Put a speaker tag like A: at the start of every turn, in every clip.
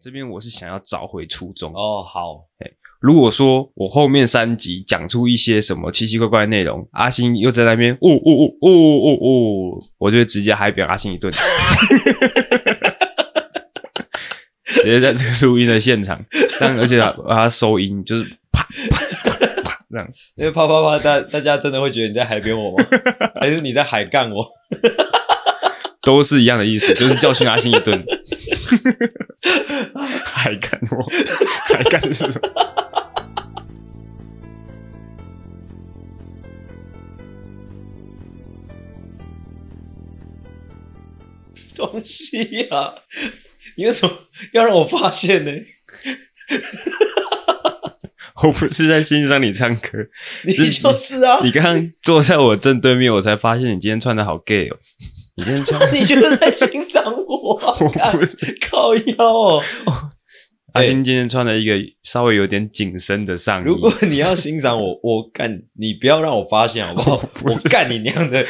A: 这边我是想要找回初衷。
B: 哦，好，
A: 如果说我后面三集讲出一些什么奇奇怪怪的内容，阿星又在那边哦哦哦哦哦哦，我就直接嗨扁阿星一顿， 直接在这个录音的现场，但而且把把它收音就是啪啪啪这样，
B: 因为啪啪啪，大大家真的会觉得你在海边 我吗？还是你在海干我？
A: 都是一样的意思，就是教训阿星一顿。 还干我， 还干是什么？
B: 东西呀、你为什么要让我发现呢？
A: 我不是在欣赏你唱歌，
B: 你
A: 这是
B: 就是啊，
A: 你刚刚坐在我正对面，我才发现你今天穿的好 gay 哦。你今天穿，，
B: 你就是在欣赏我、啊
A: 我
B: 干
A: 不是
B: 靠腰哦。
A: 阿星今天穿了一个稍微有点紧身的上衣
B: 哎如。果你要欣赏我，我干你不要让我发现好不 好？我干你娘的，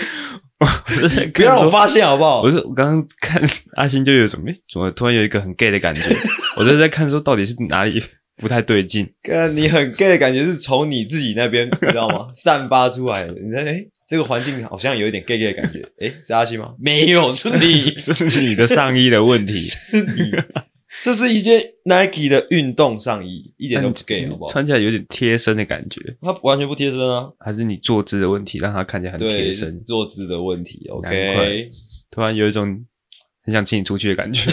A: 不是在
B: 不要
A: 看
B: 让我
A: 说
B: 发现好不好
A: 不？是，我刚刚看阿星就有什么，诶怎么突然有一个很 gay 的感 觉？我就在看说到底是哪里不太对劲。
B: 干你很 gay 的感觉是从你自己那边， 你知道吗？散发出来的。你在哎、诶这个环境好像有一点 gay gay 的感觉。哎、是阿信吗？没有，是 你，
A: 这是你的上衣的问题，
B: 是你。这是一件 Nike 的运动上衣，一点都不 gay，好不好？
A: 穿起来有点贴身的感觉，
B: 它完全不贴身啊。
A: 还是你坐姿的问题，让它看起来很
B: 对，
A: 贴
B: 是
A: 身？
B: 坐姿的问题。
A: 难怪
B: OK，
A: 突然有一种很想请你出去的感 觉。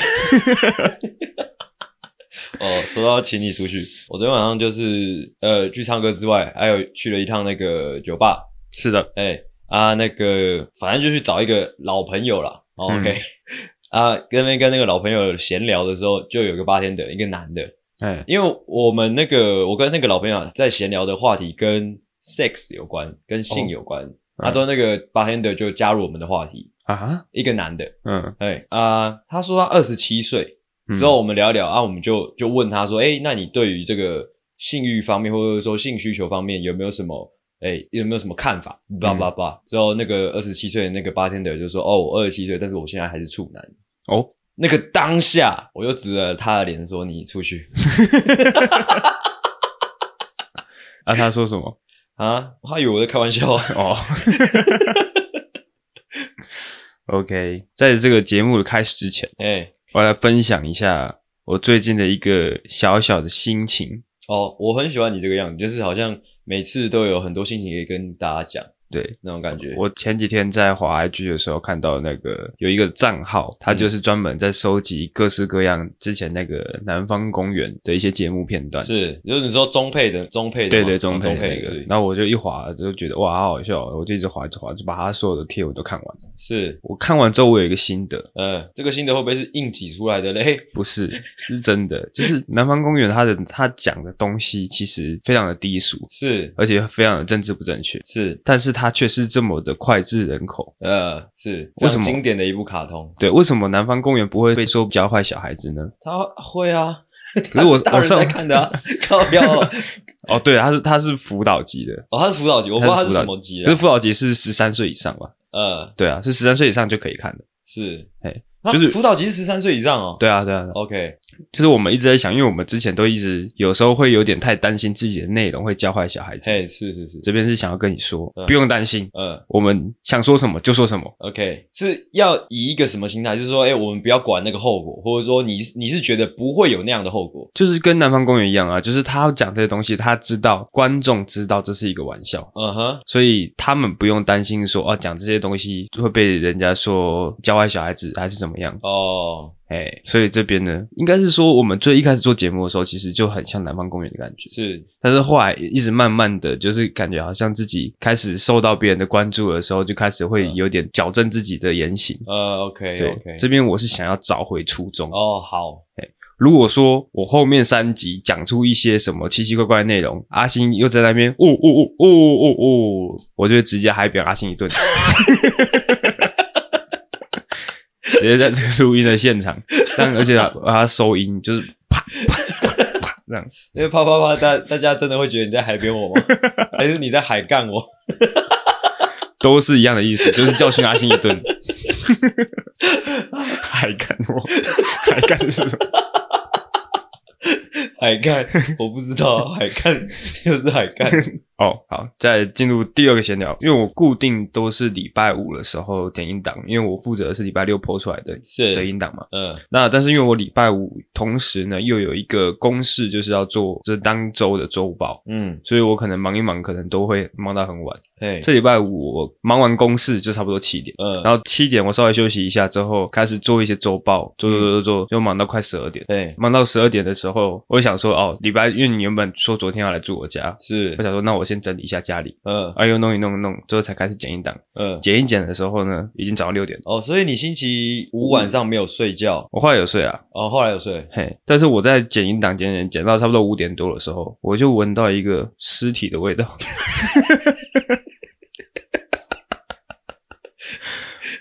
B: 哦，说到请你出去，我昨天晚上就是呃，去唱歌之外，还有去了一趟那个酒吧，
A: 是的，
B: 哎、啊，那个反正就去找一个老朋友啦。哦
A: 嗯
B: OK，、啊，跟那边跟那个老朋友闲聊的时候，就有一个八天的一个男的，
A: 哎，
B: 因为我们那个我跟那个老朋友啊在闲聊的话题跟 sex 有关，跟性
A: 哦
B: 有关。那、之后那个八天的就加入我们的话题，
A: 啊，
B: 一个男的，
A: 嗯，
B: 哎、啊，他说他二十七岁，
A: 嗯
B: 之后我们聊一聊啊，我们就就问他说，哎、那你对于这个性欲方面，或者说性需求方面，有没有什么，哎、有没有什么看法？
A: 嗯
B: 叭叭叭。之后那个二十七岁的那个八天的就说，哦，我二十七岁，但是我现在还是处男。
A: 哦，
B: 那个当下，我就指着他的脸说：“你出去
A: 啊，他说什么？
B: 啊！”他以为我在开玩笑。
A: 哦 ，OK，在这个节目的开始之前，
B: 哎、
A: 我来分享一下我最近的一个小小的心情。
B: 哦，我很喜欢你这个样子，就是好像每次都有很多心情可以跟大家讲
A: 对
B: 那种感觉。
A: 我前几天在滑 IG 的时候看到那个有一个账号，
B: 嗯
A: 它就是专门在收集各式各样之前那个南方公园的一些节目片段。
B: 是，就是你说中配的中配的
A: 对
B: 吗，
A: 对，
B: 哦
A: 中
B: 中
A: 配的那个
B: 是，
A: 然后我就一滑就觉得哇，好好笑哦，我就一直滑一直滑，就把他所有的贴我都看完。
B: 是
A: 我看完之后，我有一个心得，
B: 嗯，这个新的会不会是硬挤出来的嘞？
A: 不是，是真的，就是《南方公园》它的它讲的东西其实非常的低俗，
B: 是
A: 而且非常的政治不正确，
B: 是，
A: 但是它却是这么的脍炙人口。
B: 呃，是
A: 为
B: 非
A: 什
B: 常
A: 么
B: 经典的一部卡通。
A: 对，为什么《南方公园》不会被说教坏小孩子呢？
B: 他会啊，
A: 可是我
B: 他大
A: 我
B: 人在
A: 上
B: 看 的啊，靠腰啊
A: 哦，对，它是它是辅导级的，
B: 哦，他是辅导级，我不知道他
A: 它是
B: 是
A: 辅导
B: 什么级
A: 可是
B: 啊。
A: 辅导级是十三岁以上吧？
B: 呃，
A: 对啊，是十三岁以上就可以看的。
B: 是，
A: 哎
B: 啊，
A: 就是
B: 辅导级是十三岁以上哦。
A: 对啊，对啊，对啊
B: OK，
A: 就是我们一直在想，因为我们之前都一直有时候会有点太担心自己的内容会教坏小孩子。
B: 哎，是是是，
A: 这边是想要跟你说，
B: 嗯
A: 不用担心，
B: 嗯
A: 我们想说什么就说什么。
B: ，OK，是要以一个什么心态？就是说，哎，我们不要管那个后果，或者说你你是觉得不会有那样的后果？
A: 就是跟南方公园一样啊，就是他要讲这些东西，他知道观众知道这是一个玩笑，
B: 嗯哼，
A: 所以他们不用担心说哦，讲这些东西会被人家说教坏小孩子还是怎么样。
B: 哦，
A: 哎，所以这边呢，应该是说我们最一开始做节目的时候，其实就很像南方公园的感觉，
B: 是，
A: 但是后来一直慢慢的就是感觉好像自己开始受到别人的关注的时候，就开始会有点矫正自己的言行。
B: 呃，OK
A: 对
B: OK，
A: 这边我是想要找回初衷。啊
B: 哦，好，
A: 如果说我后面三集讲出一些什么奇奇怪怪的内容，阿星又在那边哦哦哦哦哦哦，我就直接嗨扁阿星一顿，直接在这个录音的现场，但而且把把它收音就是啪啪啪啪这样，
B: 因为啪啪啪，大大家真的会觉得你在海边 我吗？还是你在海干我？
A: 都是一样的意思，就是教训阿星一顿，还干我，还干是什么？
B: 海干，我不知道， 海干就是海 干。
A: 哦，好，再进入第二个闲聊，因为我固定都是礼拜五的时候点音档，因为我负责的是礼拜六播出来的
B: 是
A: 的音档嘛。
B: 嗯，
A: 那但是因为我礼拜五同时呢又有一个公事，就是要做这当周的周报，
B: 嗯，
A: 所以我可能忙一忙，可能都会忙到很晚。
B: 嘿，
A: 这礼拜五我忙完公事就差不多七点，
B: 嗯，
A: 然后七点我稍微休息一下之后，开始做一些周报，做做做做做，又忙到快十二点。
B: 嘿，
A: 忙到十二点的时候，我想说哦，礼拜因为你原本说昨天要来住我家，
B: 是
A: 我，想说那我先整理一下家里，
B: 嗯
A: 哎呦弄一弄弄，最后才开始剪音档。
B: 嗯，
A: 剪一剪的时候呢，已经早上六点了，
B: 哦，所以你星期五晚上没有睡觉，
A: 我后来有睡啊，
B: 哦，后来有睡，
A: 嘿，但是我在剪音档剪剪剪到差不多五点多的时候，我就闻到一个尸体的味道。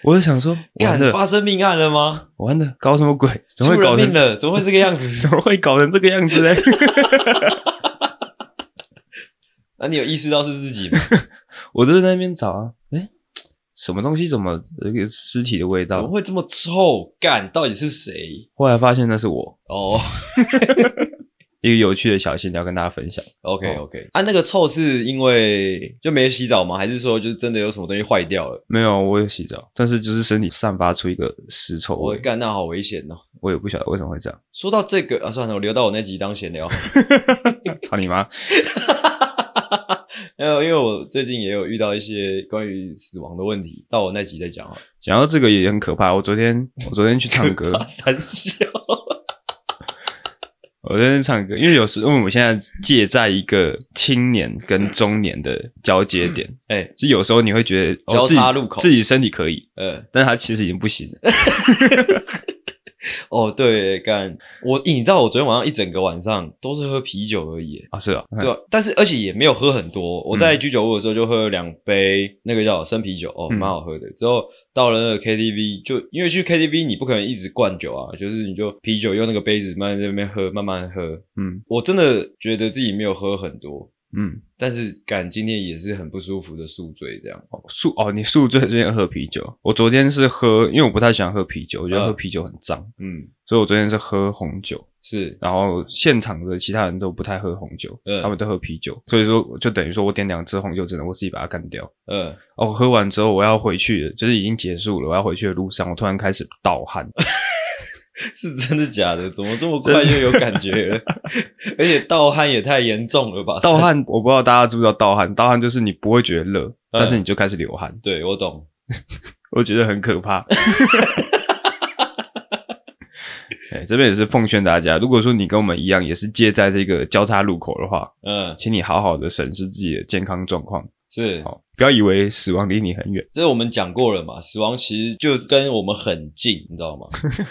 A: 我就想说，完
B: 看
A: 了
B: 发生命案了吗？
A: 完了，搞什么鬼？怎么
B: 出
A: 会搞
B: 人
A: 成
B: 命了，怎么会这个样子？
A: 怎么会搞成这个样子嘞？
B: 那你有意识到是自己吗？
A: 我就在那边找啊，诶，什么东西怎么有一个尸体的味
B: 怎么
A: 道？
B: 会这么臭？干，到底是谁？
A: 后来发现那是我，
B: 哦
A: 一个有趣的小闲聊跟大家分享。
B: ，OK
A: 哦
B: OK，啊，那个臭是因为就没洗澡吗？还是说就是真的有什么东西坏掉了？
A: 没有，我有洗澡，但是就是身体散发出一个尸臭
B: 我
A: 味，
B: 干，那好危险哦。
A: 我也不晓得为什么会这 样。
B: 说到这个啊，算了，我留到我那集当闲聊。
A: 操你妈！
B: 没有，因为我最近也有遇到一些关于死亡的问题，到我那集再讲啊。
A: 讲到这个也很可怕，我昨天我昨天去唱歌，
B: 三笑，
A: 我昨天唱歌，因为有时因为我们现在介在一个青年跟中年的交接点，
B: 哎、
A: 就有时候你会觉得、
B: 交
A: 哦、自己
B: 叉路口
A: 自己身体可以，
B: 呃，
A: 但是他其实已经不行了。
B: 哦，对，干我，你知道我昨天晚上一整个晚上都是喝啤酒而已，
A: 啊，是啊，
B: 对吧、但是而且也没有喝很多，我在居酒屋的时候就喝了两杯那个叫生啤酒，哦，
A: 嗯
B: 蛮好喝的。之后到了那个 KTV，就因为去 KTV 你不可能一直灌酒啊，就是你就啤酒用那个杯子慢慢在那边喝，慢慢喝。
A: 嗯
B: 我真的觉得自己没有喝很多，
A: 嗯，
B: 但是感今天也是很不舒服的宿醉这样。
A: 哦宿哦，你宿醉之前喝啤酒，我昨天是喝，因为我不太喜欢喝啤酒，我觉得
B: 嗯
A: 喝啤酒很脏，
B: 嗯，
A: 所以我昨天是喝红酒。
B: 是，
A: 然后现场的其他人都不太喝红酒，
B: 嗯
A: 他们都喝啤酒，所以说就等于说我点两支红酒，只能我自己把它干掉。
B: 嗯，
A: 哦，喝完之后我要回去了，就是已经结束了，我要回去的路上，我突然开始盗汗，
B: 是真的假的？怎么这么快就有感觉了？ 而且盗汗也太严重了吧？
A: 盗，汗，我不知道大家知不知道盗汗，盗汗就是你不会觉得热，但是
B: 嗯
A: 你就开始流汗，
B: 对我懂。
A: 我觉得很可怕。 哎，这边也是奉劝大家，如果说你跟我们一样也是介在这个交叉路口的话，
B: 嗯，
A: 请你好好的审视自己的健康状况，
B: 是，
A: 好，不要以为死亡离你很远。
B: 这我们讲过了嘛？死亡其实就跟我们很近，你知道吗？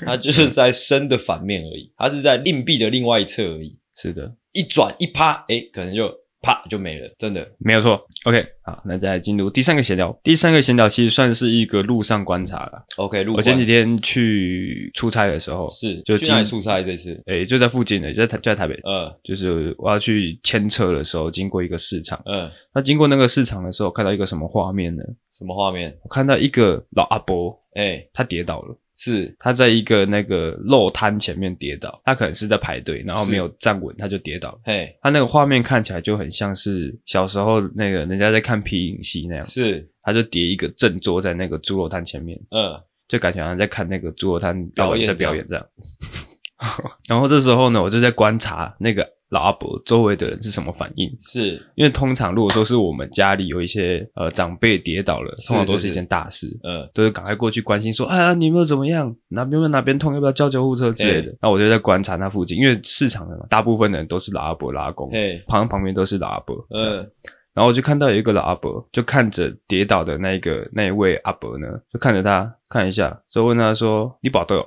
B: 它就是在生的反面而已，它是在硬币的另外一侧而已。
A: 是的，
B: 一转一趴，哎，可能就啪就没了，真的。
A: 没有错。OK，好，那再进入第三个闲聊。第三个闲聊其实算是一个路上观察了。
B: OK，路
A: 我前
B: 况
A: 几天去出差的时候，
B: 是
A: 就
B: 去哪里
A: 进
B: 出差这次？
A: 诶、就在附近的，就在台就在台北。
B: 嗯
A: 就是我要去牵车的时候，经过一个市场。
B: 嗯，
A: 那经过那个市场的时候，我看到一个什么画面呢？
B: 什么画面？
A: 我看到一个老阿伯，
B: 哎，
A: 他跌倒了。
B: 是
A: 他在一个那个肉摊前面跌倒，他可能是在排队，然后
B: 是
A: 没有站稳，他就跌倒了。
B: 嘿
A: 他那个画面看起来就很像是小时候那个人家在看皮影戏那样，
B: 是，
A: 他就叠一个正桌在那个猪肉摊前面，
B: 嗯
A: 就感觉好像在看那个猪肉摊
B: 表
A: 老人
B: 演
A: 在
B: 这样
A: 表演这样。 然后这时候呢，我就在观察那个老阿伯周围的人是什么反应，
B: 是，
A: 因为通常如果说是我们家里有一些呃长辈跌倒了，
B: 是
A: 通常都
B: 是
A: 是一
B: 是
A: 件大事。
B: 嗯。
A: 都是赶快过去关心说，啊，你有没有怎么样？哪边有没有哪边痛？要不要叫救护车之类
B: 哎
A: 的？那我就在观察那附近，因为市场的嘛，大部分人都是老阿伯、老阿公，
B: 嘿，
A: 旁旁边都是老阿伯，这样
B: 哎 嗯，
A: 然后我就看到有一个老阿伯，就看着跌倒的那一个那一位阿伯呢，就看着他看一下，就问他说：“你保对哦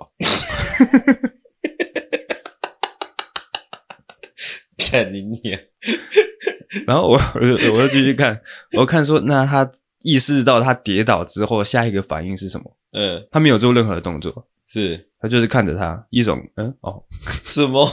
B: 看你你，？”
A: 然后我我就我就继续看，我看说那他意识到他跌倒之后，下一个反应是什么？
B: 嗯，
A: 他没有做任何的动作，
B: 是
A: 他就是看着他，一种嗯哦，
B: 什么？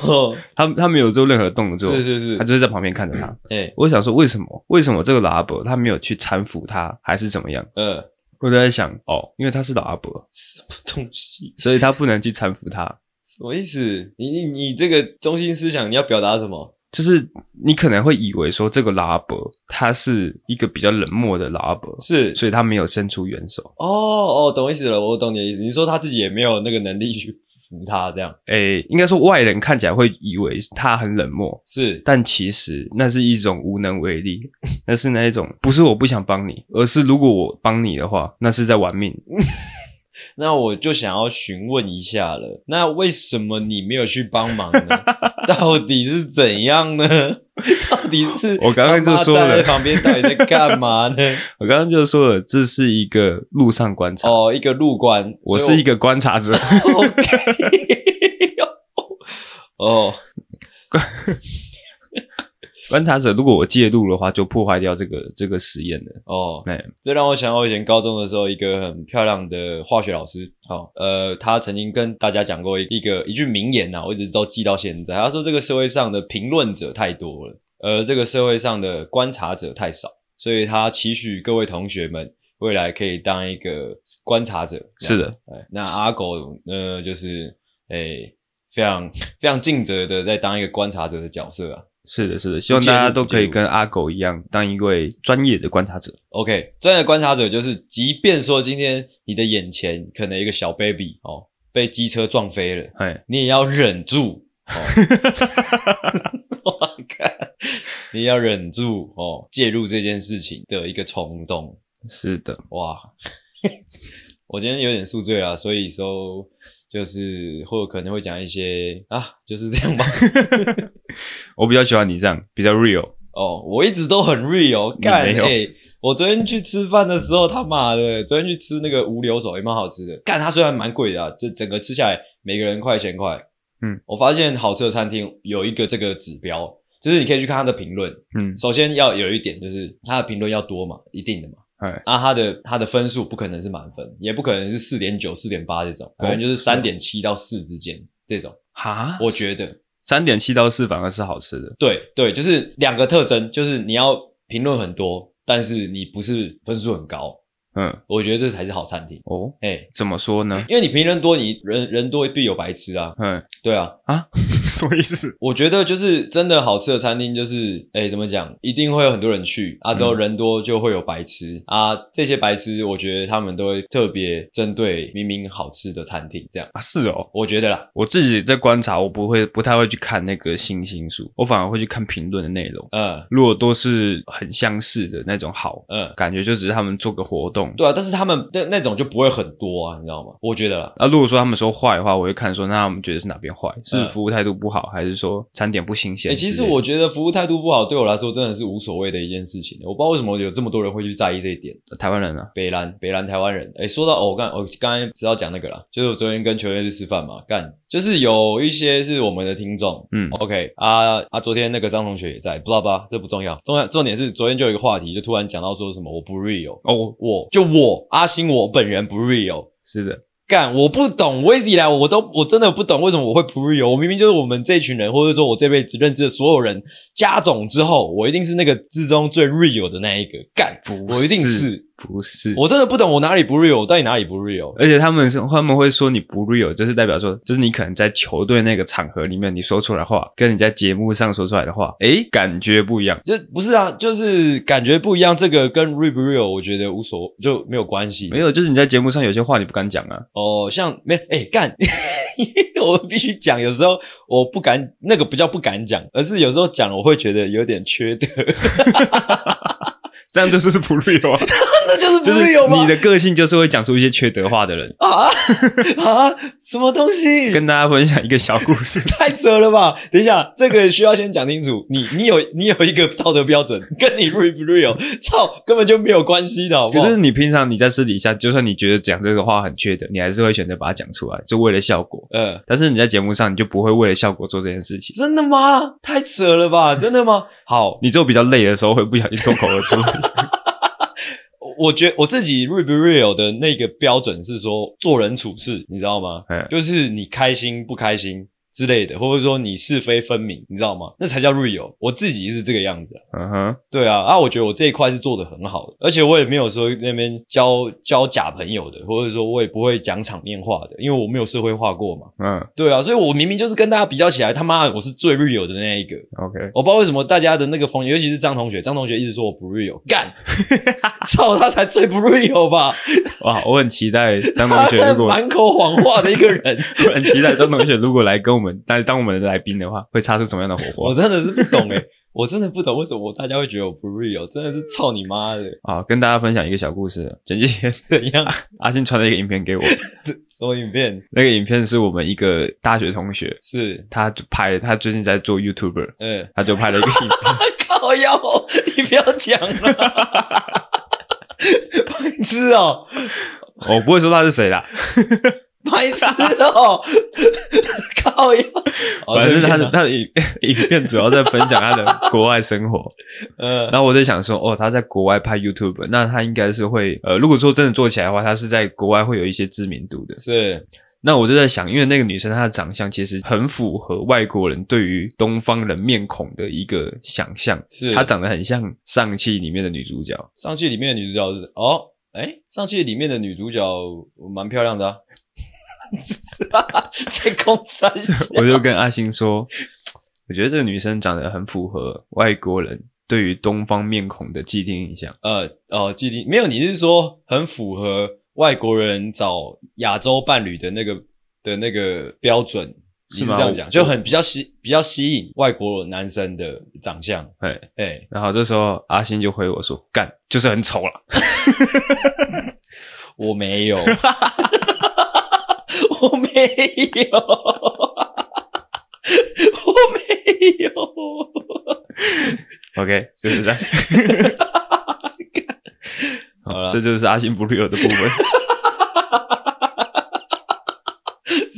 A: 他他没有做任何动作，
B: 是是 是
A: 他，就是在旁边看着他。
B: 哎，
A: 我想说为什么？为什么这个老阿伯他没有去搀扶他，还是怎么样？
B: 嗯，
A: 我就在想哦，因为他是老阿伯，
B: 什么东西？
A: 所以他不能去搀扶他。
B: 什么意思？你你你这个中心思想你要表达什么？
A: 就是你可能会以为说这个拉伯他是一个比较冷漠的拉伯，
B: 是
A: 所以他没有伸出援手。
B: 哦哦，懂意思了，我懂你的意思。你说他自己也没有那个能力去扶他，这样
A: 诶，应该说外人看起来会以为他很冷漠，
B: 是
A: 但其实那是一种无能为力，那是那一种不是我不想帮你，而是如果我帮你的话，那是在玩命。
B: 那我就想要询问一下了，那为什么你没有去帮忙呢？ 到底是怎样呢？ 到底是
A: 我刚刚就说了
B: 他妈站在旁边到底在干嘛 呢？
A: 我刚刚就说了，这是一个路上观察，
B: 哦，一个入关，
A: 我
B: 所
A: 是
B: 以
A: 一个观察者。
B: 我 OK。哦，
A: 观察者，如果我介入的话，就破坏掉这个这个实验了。
B: 哦
A: 哎，
B: 这让我想到我以前高中的时候，一个很漂亮的化学老师，好、呃，他曾经跟大家讲过一一个一句名言呐、啊我一直都记到现在。他说：“这个社会上的评论者太多了，而这个社会上的观察者太少。”所以他期许各位同学们未来可以当一个观察者。这
A: 是
B: 样，
A: 的，
B: 哎那阿狗呃，就是哎，非常非常尽责的在当一个观察者的角色啊。
A: 是的，是的，希望大家都可以
B: 不介
A: 跟阿狗一样，当一位专业的观察者。
B: OK，专业的观察者就是，即便说今天你的眼前可能一个小 baby 哦被机车撞飞了，
A: 哎，
B: 你也要忍住哦。我看，你要忍住哦，介入这件事情的一个冲动。
A: 是的，
B: 哇， 我今天有点宿醉啦，所以说就是或可能会讲一些啊，就是这样吧。
A: 我比较喜欢你这样，比较 real。
B: 哦，我一直都很 real，
A: 你
B: 干
A: 没有
B: 欸我昨天去吃饭的时候，他妈的，昨天去吃那个无留手也蛮好吃的。干，它虽然蛮贵的啊，这整个吃下来每个人快一千块。
A: 嗯，
B: 我发现好吃的餐厅有一个这个指标，就是你可以去看它的评论。
A: 嗯，
B: 首先要有一点就是它的评论要多嘛，一定的嘛。
A: 哎，
B: 啊，它的它的分数不可能是满分，也不可能是四点九、四点八这种，可能就是
A: 哦是吗
B: 三点七到四之间这种。
A: 哈，
B: 我觉得，
A: 三点七到四反而是好吃的。
B: 对对，就是两个特征，就是你要评论很多，但是你不是分数很高，
A: 嗯，
B: 我觉得这才是好餐厅。
A: 哦，
B: 哎、
A: 怎么说呢？
B: 因为你评论多，你人人多必有白痴啊。
A: 嗯，
B: 对啊，
A: 什么意思？
B: 我觉得就是真的好吃的餐厅，就是哎、怎么讲，一定会有很多人去啊，之后
A: 嗯
B: 人多就会有白痴、啊，这些白痴我觉得他们都会特别针对明明好吃的餐厅这样，
A: 啊，是哦，
B: 我觉得啦。
A: 我自己在观察，我不会不太会去看那个星星数，我反而会去看评论的内容。
B: 嗯
A: 如果都是很相似的那种好，
B: 嗯，
A: 感觉就只是他们做个活动。
B: 对啊，但是他们那那种就不会很多啊，你知道吗？我觉得啦，
A: 啊，如果说他们说坏的话，我会看说那他们觉得是哪边坏，是
B: 嗯
A: 服务态度不好，还是说餐点不新鲜
B: 欸，
A: 之
B: 其
A: 类的？
B: 实我觉得服务态度不好，对我来说真的是无所谓的一件事情。欸我不知道为什么有这么多人会去在意这一点。
A: 台湾人啊，
B: 北兰，北兰台湾人，哎、说到哦，我刚我刚才知道讲那个啦，就是我昨天跟球员去吃饭嘛，干，就是有一些是我们的听众。
A: 嗯，
B: OK 啊啊！昨天那个张同学也在，不知道吧？这不重要，重要重点是昨天就有一个话题，就突然讲到说什么我不 real，
A: 哦，
B: 我就我阿星我本人不 real，
A: 是的，
B: 干，我不懂，我一直以来我都我真的不懂为什么我会 pre 油，我明明就是我们这群人，或者说我这辈子认识的所有人加总之后，我一定是那个之中最 real 的那一个。干，
A: 不
B: 我一定
A: 是
B: 是，
A: 不是？
B: 我真的不懂我哪里不 real，我到底哪里不 real？
A: 而且他们是他们会说你不 real，就是代表说，就是你可能在球队那个场合里面你说出来的话，跟你在节目上说出来的话，诶，感觉不一样。
B: 就不是啊，就是感觉不一样。这个跟 real 不 real，我觉得无所就没有关系。
A: 没有，就是你在节目上有些话你不敢讲啊。
B: 哦，像没哎、干， 我必须讲，有时候我不敢，那个不叫不敢讲，而是有时候讲了我会觉得有点缺德，
A: 这样就是不 real 啊，
B: 那 就是不
A: 就是
B: real 吗？
A: 你的个性就是会讲出一些缺德话的人。
B: 啊啊！什么东西？
A: 跟大家分享一个小故事，
B: 太扯了吧！等一下，这个需要先讲清楚。你你有你有一个道德标准，跟你 real 不 real，操，根本就没有关系的，好不
A: 可
B: 好
A: 是？你平常你在私底下，就算你觉得讲这个话很缺德，你还是会选择把它讲出来，就为了效果。
B: 呃，
A: 但是你在节目上，你就不会为了效果做这件事情。
B: 真的吗？太扯了吧！真的吗？好，
A: 你只有比较累的时候会不小心脱口 而出。
B: 我我觉我自己 real 不 real 的那个标准是说做人处事，你知道吗？
A: 嗯
B: 就是你开心不开心，之类的，或者说你是非分明，你知道吗？那才叫 real。我自己是这个样子、啊，
A: 嗯哼，
B: 对啊，啊，我觉得我这一块是做的很好的，而且我也没有说那边交交假朋友的，或者说我也不会讲场面话的，因为我没有社会化过嘛。
A: 嗯
B: 对啊，所以我明明就是跟大家比较起来，他妈的我是最 real 的那一个。
A: ，OK，
B: 我不知道为什么大家的那个风，尤其是张同学，张同学一直说我不 real，干，操他才最不 real 吧？
A: 哇，我很期待张同学， 如果
B: 满口谎话的一个 人，
A: 我很期待张同学如果来跟我们，但当我们的来宾的话，会擦出什么样的火
B: 我
A: 花？
B: 真的是不懂诶、欸我真的不懂为什么大家会觉得我不 real，真的是操你妈的，
A: 啊，跟大家分享一个小故事。前几天
B: 怎样？
A: 阿信传了一个影片给我，
B: 什么影片？
A: 那个影片是我们一个大学同学，
B: 是，
A: 他就拍，他最近在做 YouTuber，
B: 嗯，
A: 他就拍了一个影 片。
B: 靠腰，你不要讲了， 白痴哦、
A: 我不会说他是谁啦，
B: 白痴哦、靠腰，哦
A: 反正是他啊
B: 这
A: 的
B: 个
A: 他的影影片主要在分享他的国外生活。
B: 嗯
A: 然后我在想说，哦，他在国外拍 YouTuber，那他应该是会，呃，如果说真的做起来的话，他是在国外会有一些知名度的。
B: 是，
A: 那我就在想，因为那个女生她的长相其实很符合外国人对于东方人面孔的一个想象，
B: 是
A: 她长得很像上期里面的女主角。
B: 上期里面的女主角是哦，哎，上期里面的女主角蛮漂亮的、啊， 在公山下
A: 我就跟阿星说，我觉得这个女生长得很符合外国人对于东方面孔的既定印象。
B: 呃哦，既定没有，你是说很符合外国人找亚洲伴侣的那个的那个标准？你
A: 是
B: 是
A: 吗
B: 这样讲，
A: 我
B: 就很比较吸比较吸引外国男生的长相。
A: 哎，
B: 哎、
A: 然后这时候阿星就回我说：“干，就是很丑啦。
B: 我没 有，我没有，我没有。
A: ”OK，就是这样。
B: 好啦
A: 这就是阿星不 real 的部分。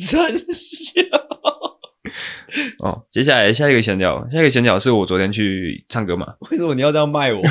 B: 真笑。
A: 哦，接下来下一个闲聊，下一个闲聊是我昨天去唱歌嘛，
B: 为什么你要这样卖我？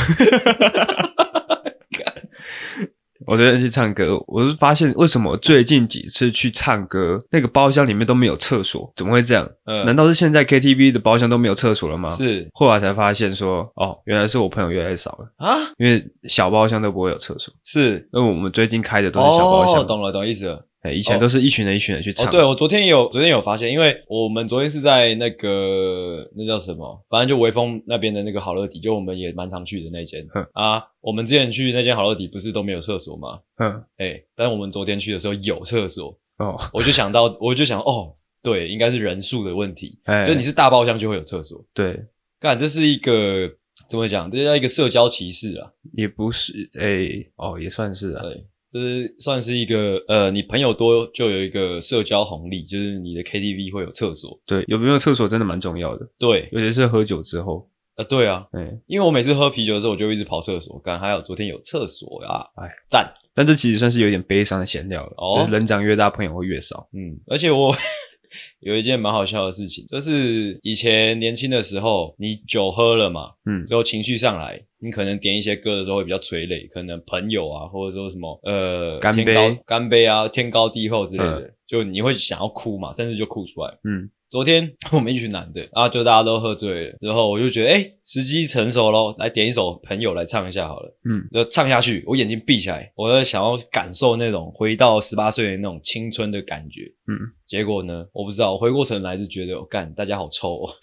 A: 我昨天去唱歌，我是发现为什么最近几次去唱歌，那个包厢里面都没有厕所，怎么会这样？
B: 嗯
A: 难道是现在 KTV 的包厢都没有厕所了吗？
B: 是
A: 后来才发现说，哦，原来是我朋友越来越少了，
B: 啊，
A: 因为小包厢都不会有厕所，
B: 是
A: 因为我们最近开的都是小包厢，
B: 哦，懂了，懂意思了。
A: 哎、以前都是一群人一群人去唱，
B: 哦，对，我昨天有，昨天有发现，因为我们昨天是在那个那叫什么，反正就微风那边的那个好乐迪，就我们也蛮常去的那间
A: 嗯
B: 啊。我们之前去那间好乐迪不是都没有厕所吗？
A: 嗯，
B: 哎、但是我们昨天去的时候有厕所，
A: 哦，
B: 我就想到，我就想，哦，对，应该是人数的问题，
A: 哎，
B: 就你是大包厢就会有厕所，
A: 对，
B: 干，这是一个怎么讲？这叫一个社交歧视啊。
A: 也不是，哎、哦，也算是啊，
B: 对，这是算是一个呃，你朋友多就有一个社交红利，就是你的 KTV 会有厕所。
A: 对，有没有厕所真的蛮重要的，
B: 对，
A: 尤其是喝酒之后，
B: 呃，对啊，
A: 哎、
B: 因为我每次喝啤酒的时候，我就一直跑厕所。干，还有昨天有厕所啊，
A: 哎，
B: 赞，
A: 但这其实算是有点悲伤的闲聊了，
B: 哦
A: 就是人长越大，朋友会越少，
B: 嗯，而且我 有一件蛮好笑的事情，就是以前年轻的时候，你酒喝了嘛，
A: 嗯，
B: 之后情绪上来，你可能点一些歌的时候会比较催泪，可能朋友啊，或者说什么呃，
A: 干杯
B: 天高干杯啊，天高地厚之类的，
A: 嗯
B: 就你会想要哭嘛，甚至就哭出来。
A: 嗯，
B: 昨天 我们一群男的啊，就大家都喝醉了，之后我就觉得哎、诶时机成熟咯，来点一首朋友来唱一下好了。
A: 嗯，
B: 就唱下去，我眼睛闭起来，我就想要感受那种回到十八岁的那种青春的感觉。
A: 嗯，
B: 结果呢，我不知道，我回过神来是觉得，我、干，大家好臭、哦。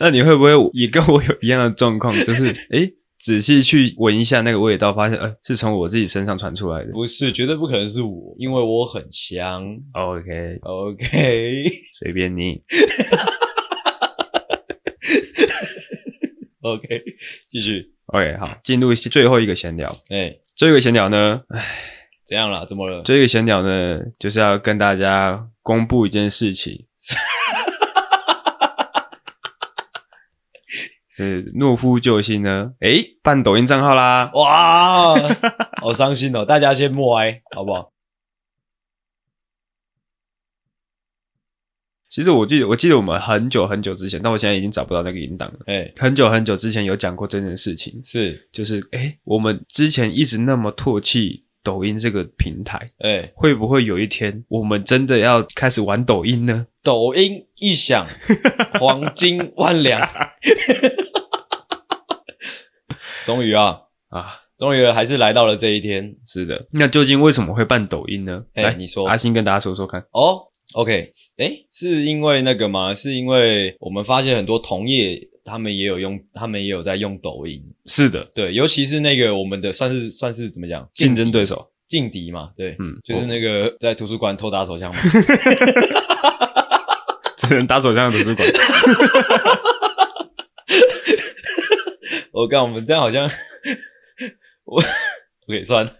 A: 那你会不会也跟我有一样的状况？ 就是哎、诶仔细去闻一下那个味道，发现呃是从我自己身上传出来的。
B: 不是，绝对不可能是我，因为我很香。
A: OK，
B: OK，
A: 随便你。
B: OK，继续。
A: OK，好，进入最后一个闲聊。
B: 哎、
A: 最后一个闲聊呢，唉
B: 怎样啦？怎么了？
A: 最后一个闲聊呢，就是要跟大家公布一件事情， 是懦夫救星呢，诶、办抖音账号啦。
B: 哇，好伤心哦！大家先默哀，好不好？
A: 其实我记得，我记得我们很久很久之前，但我现在已经找不到那个音档了。
B: 哎、
A: 很久很久之前有讲过这件事情，
B: 是
A: 就是诶、我们之前一直那么唾弃。抖音这个平台，
B: 哎、
A: 会不会有一天我们真的要开始玩抖音呢？
B: 抖音一响，黄金万两。 终于啊，
A: 啊，
B: 终于还是来到了这一天。
A: 是的，那究竟为什么会办抖音呢？
B: 哎
A: 来，
B: 你说
A: 阿星跟大家说说看。
B: 哦、o k 哎，是因为那个吗？是因为我们发现很多同业他们也有用，他们也有在用抖音。
A: 是的，
B: 对，尤其是那个我们的算是算是怎么讲
A: 竞争对手，
B: 劲敌嘛，对，
A: 嗯，
B: 就是那个在图书馆偷打手枪嘛。
A: 只能打手枪的图书馆。
B: 我看我们这样好像 我 OK 算了，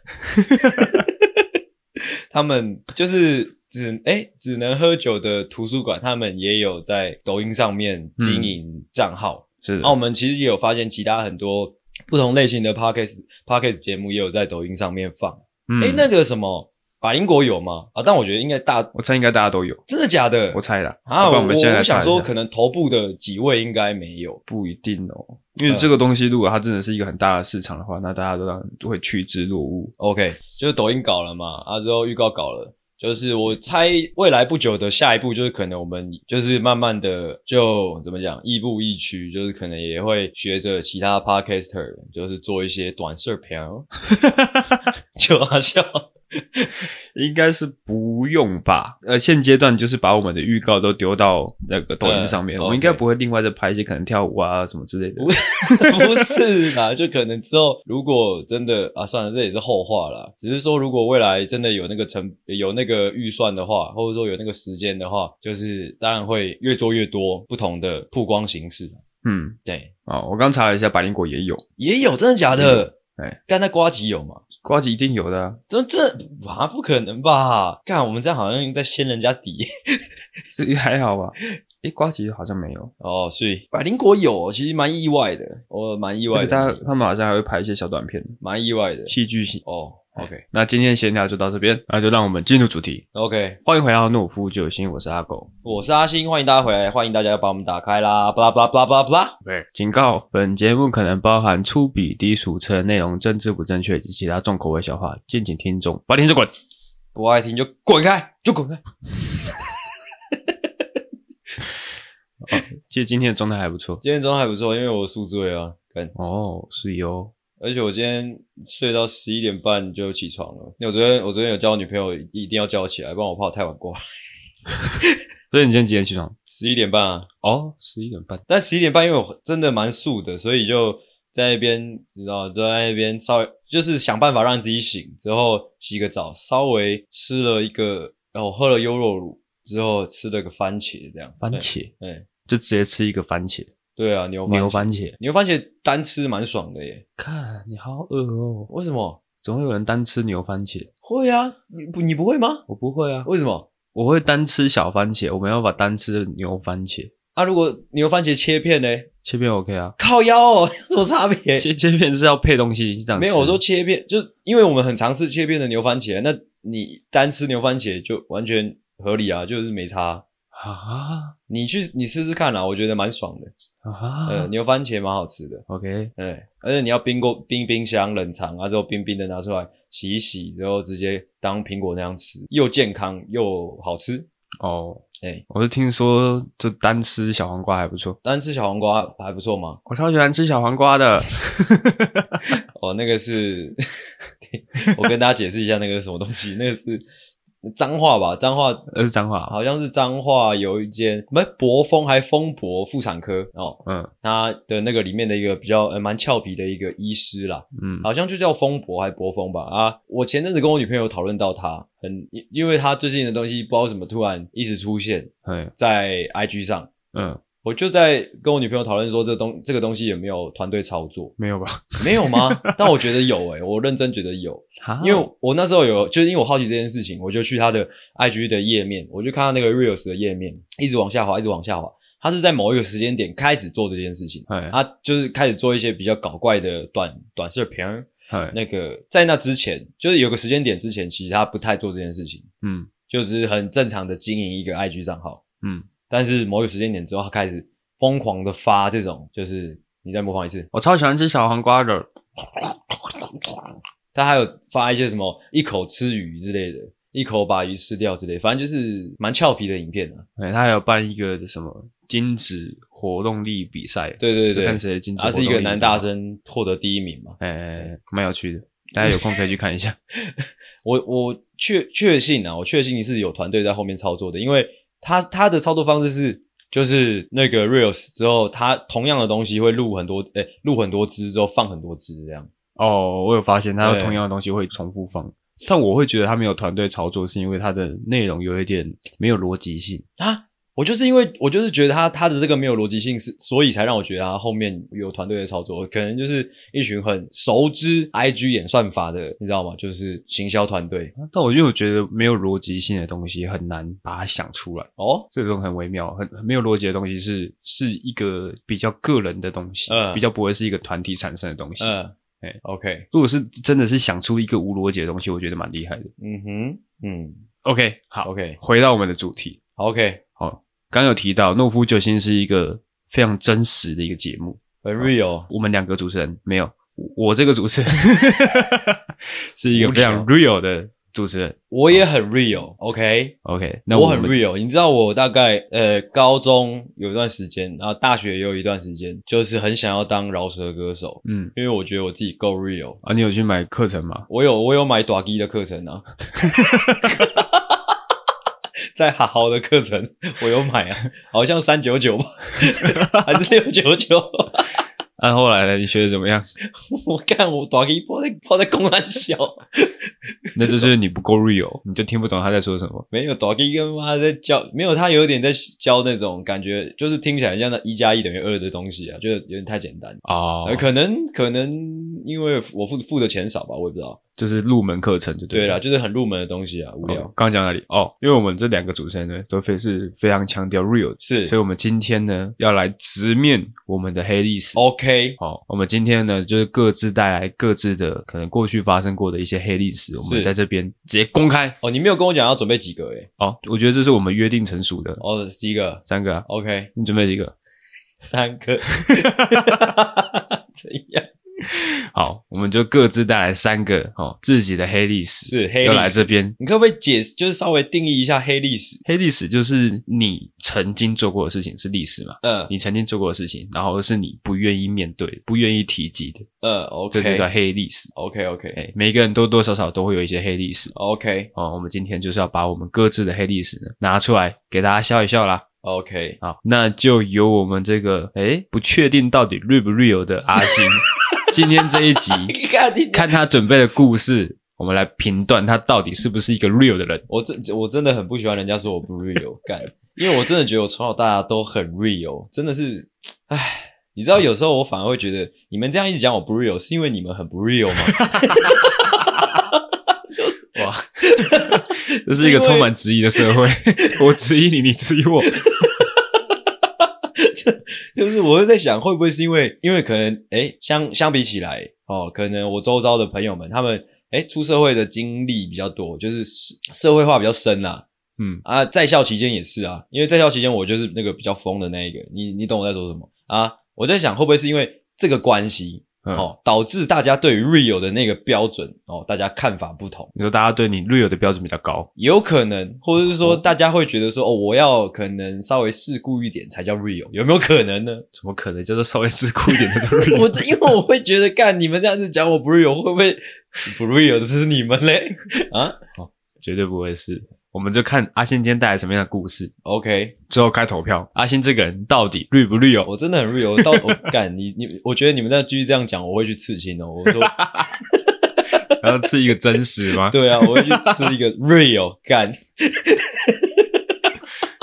B: 他们就是只哎、只能喝酒的图书馆，他们也有在抖音上面经营账号。
A: 是
B: 那、
A: 的，
B: 我们其实也有发现，其他很多不同类型的 podcast podcast 节目也有在抖音上面放。
A: 嗯
B: 哎、那个什么百灵果有吗？啊，但我觉得应该大
A: 我猜应该大家都有，
B: 真的假的
A: 我猜啦。
B: 啊？
A: 不
B: 我
A: 然我们现在来
B: 我想
A: 查一
B: 说，
A: 下
B: 可能头部的几位应该没有。
A: 不一定哦，因为这个东西如果它真的是一个很大的市场的话，那大家都都会趋之若鹜。
B: OK，就是抖音搞了嘛，啊之后预告搞了，就是我猜未来不久的下一步就是可能我们就是慢慢的就怎么讲亦步亦趋，就是可能也会学着其他 podcaster，就是做一些短视 频 哦，就好笑。
A: 应该是不用吧？呃，现阶段就是把我们的预告都丢到那个抖音上面，
B: 嗯
A: 我们应该
B: OK
A: 不会另外再拍一些可能跳舞啊什么之类的。
B: 不是啦，就可能之后如果真的啊，算了，这也是后话啦。只是说，如果未来真的有那个成有那个预算的话，或者说有那个时间的话，就是当然会越做越多不同的曝光形式。
A: 嗯，
B: 对，
A: 啊，我刚查了一下，百灵果也有，
B: 也有真的假的？
A: 嗯哎
B: 干那瓜吉有吗？
A: 瓜子一定有的啊、
B: 这这啊，不可能吧？干我们这样好像在掀人家底
A: 所以还好吧？诶，瓜子好像没有，
B: 哦。所以百灵果有，其实蛮意外的，我蛮意
A: 而
B: 外
A: 且他
B: 的，
A: 他们好像还会拍一些小短片，
B: 蛮意外的。
A: 戏剧性。
B: 哦，OK
A: 那今天闲聊就到这边，那就让我们进入主题。
B: OK，
A: 欢迎回到诺夫救星，我是阿狗。
B: 我是阿星，欢迎大家回来，欢迎大家把我们打开啦，巴拉巴拉巴拉巴拉巴拉。
A: 对，警告：本节目可能包含粗鄙、低俗、车内容、政治不正确以及其他重口味笑话，敬请听众把听众滚。
B: 不爱听就滚开，就滚开。
A: 其实今天的状态还不错
B: 今天状态不错，因为我宿醉啊，干，
A: 哦，是哟。
B: 而且我今天睡到十一点半就起床了。因为我昨天我昨天有叫我女朋友一定要叫我起来，不然我怕我太晚过来。
A: 所以你今天几点起床？
B: 十一点半啊，
A: 哦，十一点半。
B: 但十一点半因为我真的蛮素的，所以就在那边，你知道，就在那边稍微就是想办法让自己醒，之后洗个澡，稍微吃了一个，然后喝了优酪乳之后吃了个番茄，这样
A: 番，茄，
B: 对对
A: 就直接吃一个番茄，
B: 对啊，牛番
A: 牛
B: 茄
A: 番茄。
B: 牛番茄单吃蛮爽的耶，
A: 看，你好饿哦。
B: 为什么？
A: 总会有人单吃牛番茄，
B: 会啊，你不你不会吗？
A: 我不会啊，
B: 为什么？
A: 我会单吃小番茄，我没办法单吃牛番茄。
B: 啊，如果牛番茄切片呢？
A: 切片 OK 啊，
B: 靠腰哦， 有什么差别？
A: 切切片是要配东西这样吃。
B: 没有，我说切片，就因为我们很常吃切片的牛番茄，那你单吃牛番茄就完全合理啊，就是没差。
A: 啊
B: 你去你试试看啊啦、我觉得蛮爽的。
A: 啊、
B: 呃，牛番茄蛮好吃的，
A: OK，
B: 哎、而且你要冰过冰冰箱冷藏啊，之后冰冰的拿出来洗一洗，之后直接当苹果那样吃，又健康又好吃。
A: 哦，
B: 哎、
A: 我是听说就单吃小黄瓜还不错，
B: 单吃小黄瓜还不 错嘛。
A: 我超喜欢吃小黄瓜的。
B: 哦，那个是，我跟大家解释一下那个是什么东西，那个是脏话吧？脏话
A: 呃，是脏话啊，
B: 好像是彰化有一间，不是博丰还丰博妇产科哦，
A: 嗯
B: 他的那个里面的一个比较呃蛮俏皮的一个医师啦，
A: 嗯，
B: 好像就叫丰博还博丰吧啊。我前阵子跟我女朋友讨论到他，很因因为他最近的东西不知道为什么突然一直出现
A: 哎
B: 在 IG 上，
A: 嗯，
B: 我就在跟我女朋友讨论说这东这个东西有没有团队操作，
A: 没有吧？
B: 没有吗？但我觉得有诶、我认真觉得有，
A: 哈
B: 因为我那时候有，就是因为我好奇这件事情，我就去他的 IG 的页面，我就看到那个 Reels 的页面一直往下滑，一直往下滑。他是在某一个时间点开始做这件事情，
A: 哎
B: 他就是开始做一些比较搞怪的短短视频儿。
A: 哎
B: 那个在那之前，就是有个时间点之前，其实他不太做这件事情，
A: 嗯
B: 就只是很正常的经营一个 IG 账号。
A: 嗯，
B: 但是某一个时间点之后，他开始疯狂的发这种，就是你再模仿一次，
A: 我超喜欢吃小黄瓜的。
B: 他还有发一些什么一口吃鱼之类的，一口把鱼吃掉之类的，反正就是蛮俏皮的影片啊。
A: 哎，他还有办一个什么金子活动力比赛，
B: 对对
A: 就
B: 对，
A: 看谁的金子
B: 他是
A: 活
B: 一
A: 动
B: 个
A: 力
B: 男大生获得第一名嘛。
A: 哎，哎，哎蛮有趣的，大家有空可以去看一 下。
B: 我我确确信啊，我确信是有团队在后面操作的，因为他他的操作方式是，就是那个 reels 之后，他同样的东西会录很多，诶、录很多支之后放很多支这样。
A: 哦，我有发现他
B: 对
A: 同样的东西会重复放，但我会觉得他没有团队操作，是因为他的内容有一点没有逻辑性。
B: 啊我就是因为我就是觉得他他的这个没有逻辑性是，所以才让我觉得他后面有团队的操作，可能就是一群很熟知 IG 演算法的，你知道吗？就是行销团队
A: 但我又觉得没有逻辑性的东西很难把它想出来，
B: 哦，
A: 这种很微妙、很很没有逻辑的东西是是一个比较个人的东西，
B: 嗯
A: 比较不会是一个团体产生的东西。
B: 嗯，
A: 哎
B: o k
A: 如果是真的是想出一个无逻辑的东西，我觉得蛮厉害的。
B: 嗯哼，嗯
A: OK，好
B: ，OK，OK，、
A: 回到我们的主题，好，刚有提到《懦夫救星》是一个非常真实的一个节目，
B: 很 real，
A: 我们两个主持人没有，我我这个主 持人是一个非常
B: 无
A: real 的主持人。
B: 我也很 real，OK，、
A: OK，那
B: 我
A: 们
B: 很 real，你知道我大概呃高中有一段时间，然后大学也有一段时间，就是很想要当饶舌歌手，
A: 嗯
B: 因为我觉得我自己够 real。
A: 啊，你有去买课程吗？
B: 我有我有买短机的课程啊， 在好好的课程我有买啊，好像三九九吧， 还是六九九？
A: 那、后来呢？你学的怎么样？
B: 我看我短机泡在泡在公安小，
A: 那就是你不够 real，你就听不懂他在说什么。
B: 没有短机跟妈在教，没有他有点在教那种感觉，就是听起来很像那一加一等于二的东西啊，就是有点太简单。
A: 哦
B: 呃，可能可能因为我付付的钱少吧，我也不知道。
A: 就是入门课程就
B: 对
A: 了。
B: 啦，就是很入门的东西啊，无
A: 哦
B: 聊。
A: 刚刚讲哪里？哦，因为我们这两个主持人呢，都非是非常强调 real，所
B: 是
A: 以我们今天呢要来直面我们的黑历史。
B: 哦 OK，
A: 好，我们今天呢，就是各自带来各自的可能过去发生过的一些黑历史，我们
B: 是
A: 在这边直接公开。
B: 哦，你没有跟我讲要准备几个欸诶、
A: 哦，我觉得这是我们约定成熟的、
B: 哦，几个
A: 三个啊，
B: ？OK，
A: 你准备几个？
B: 三 个，怎样？
A: 好，我们就各自带来三个哦，自己的黑历史，
B: 是黑
A: 要
B: 历
A: 来
B: 史，
A: 这边。
B: 你可不可以解，就是稍微定义一下黑历史？
A: 黑历史就是你曾经做过的事情是历史嘛？
B: 嗯
A: 你曾经做过的事情，然后是你不愿意面对、不愿意提及的，
B: 嗯
A: 这就叫
B: ，OK，OK，OK，
A: 黑历史。
B: OK，OK，OK，
A: 哎，每个人多多少少都会有一些黑历史
B: OK，
A: 哦。我们今天就是要把我们各自的黑历史呢拿出来给大家笑一笑啦。
B: OK，
A: 好，那就由我们这个哎不确定到底 real 不 real 的阿星，今天这一集
B: 你看你，
A: 看他准备的故事，我们来评断他到底是不是一个 real 的人。
B: 我真我真的很不喜欢人家说我不 real，干，因为我真的觉得我从小到大都很 real，真的是，唉，你
A: 啊
B: 知道有时候我反而会觉得你们这样一直讲我不 real，是因为你们很不 real 吗？
A: 哇，这是一个充满质疑的社会，我质疑你，你质疑我。
B: 就是我会在想，会不会是因为因为可能，诶，相相比起来，哦，可能我周遭的朋友们，他们诶出社会的经历比较多，就是社社会化比较深啦、
A: 嗯，
B: 啊，在校期间也是啊，因为在校期间我就是那个比较疯的那一个，你你懂我在说什么啊？我在想会不会是因为这个关系，
A: 嗯
B: 哦，导致大家对于 real 的那个标准哦，大家看法不同，
A: 你说大家对你 real 的标准比较高，
B: 也有可能，或者是说大家会觉得说哦，我要可能稍微世故一点才叫 real，有没有可能呢？
A: 怎么可能叫做稍微自酷一点的 real？
B: 我因为我会觉得，干你们这样子讲我不 real，会不 会不 real 的是你们嘞？啊
A: 绝对不会是。我们就看阿星今天带来什么样的故事，
B: ，OK，
A: 最后开投票，阿星这个人到底 real 不 real？
B: 我真的很 real，我到我干你你，我觉得你们再继续这样讲，我会去刺青哦。我说
A: 然后吃一个真实吗？
B: 对啊，我会去吃一个 real 干，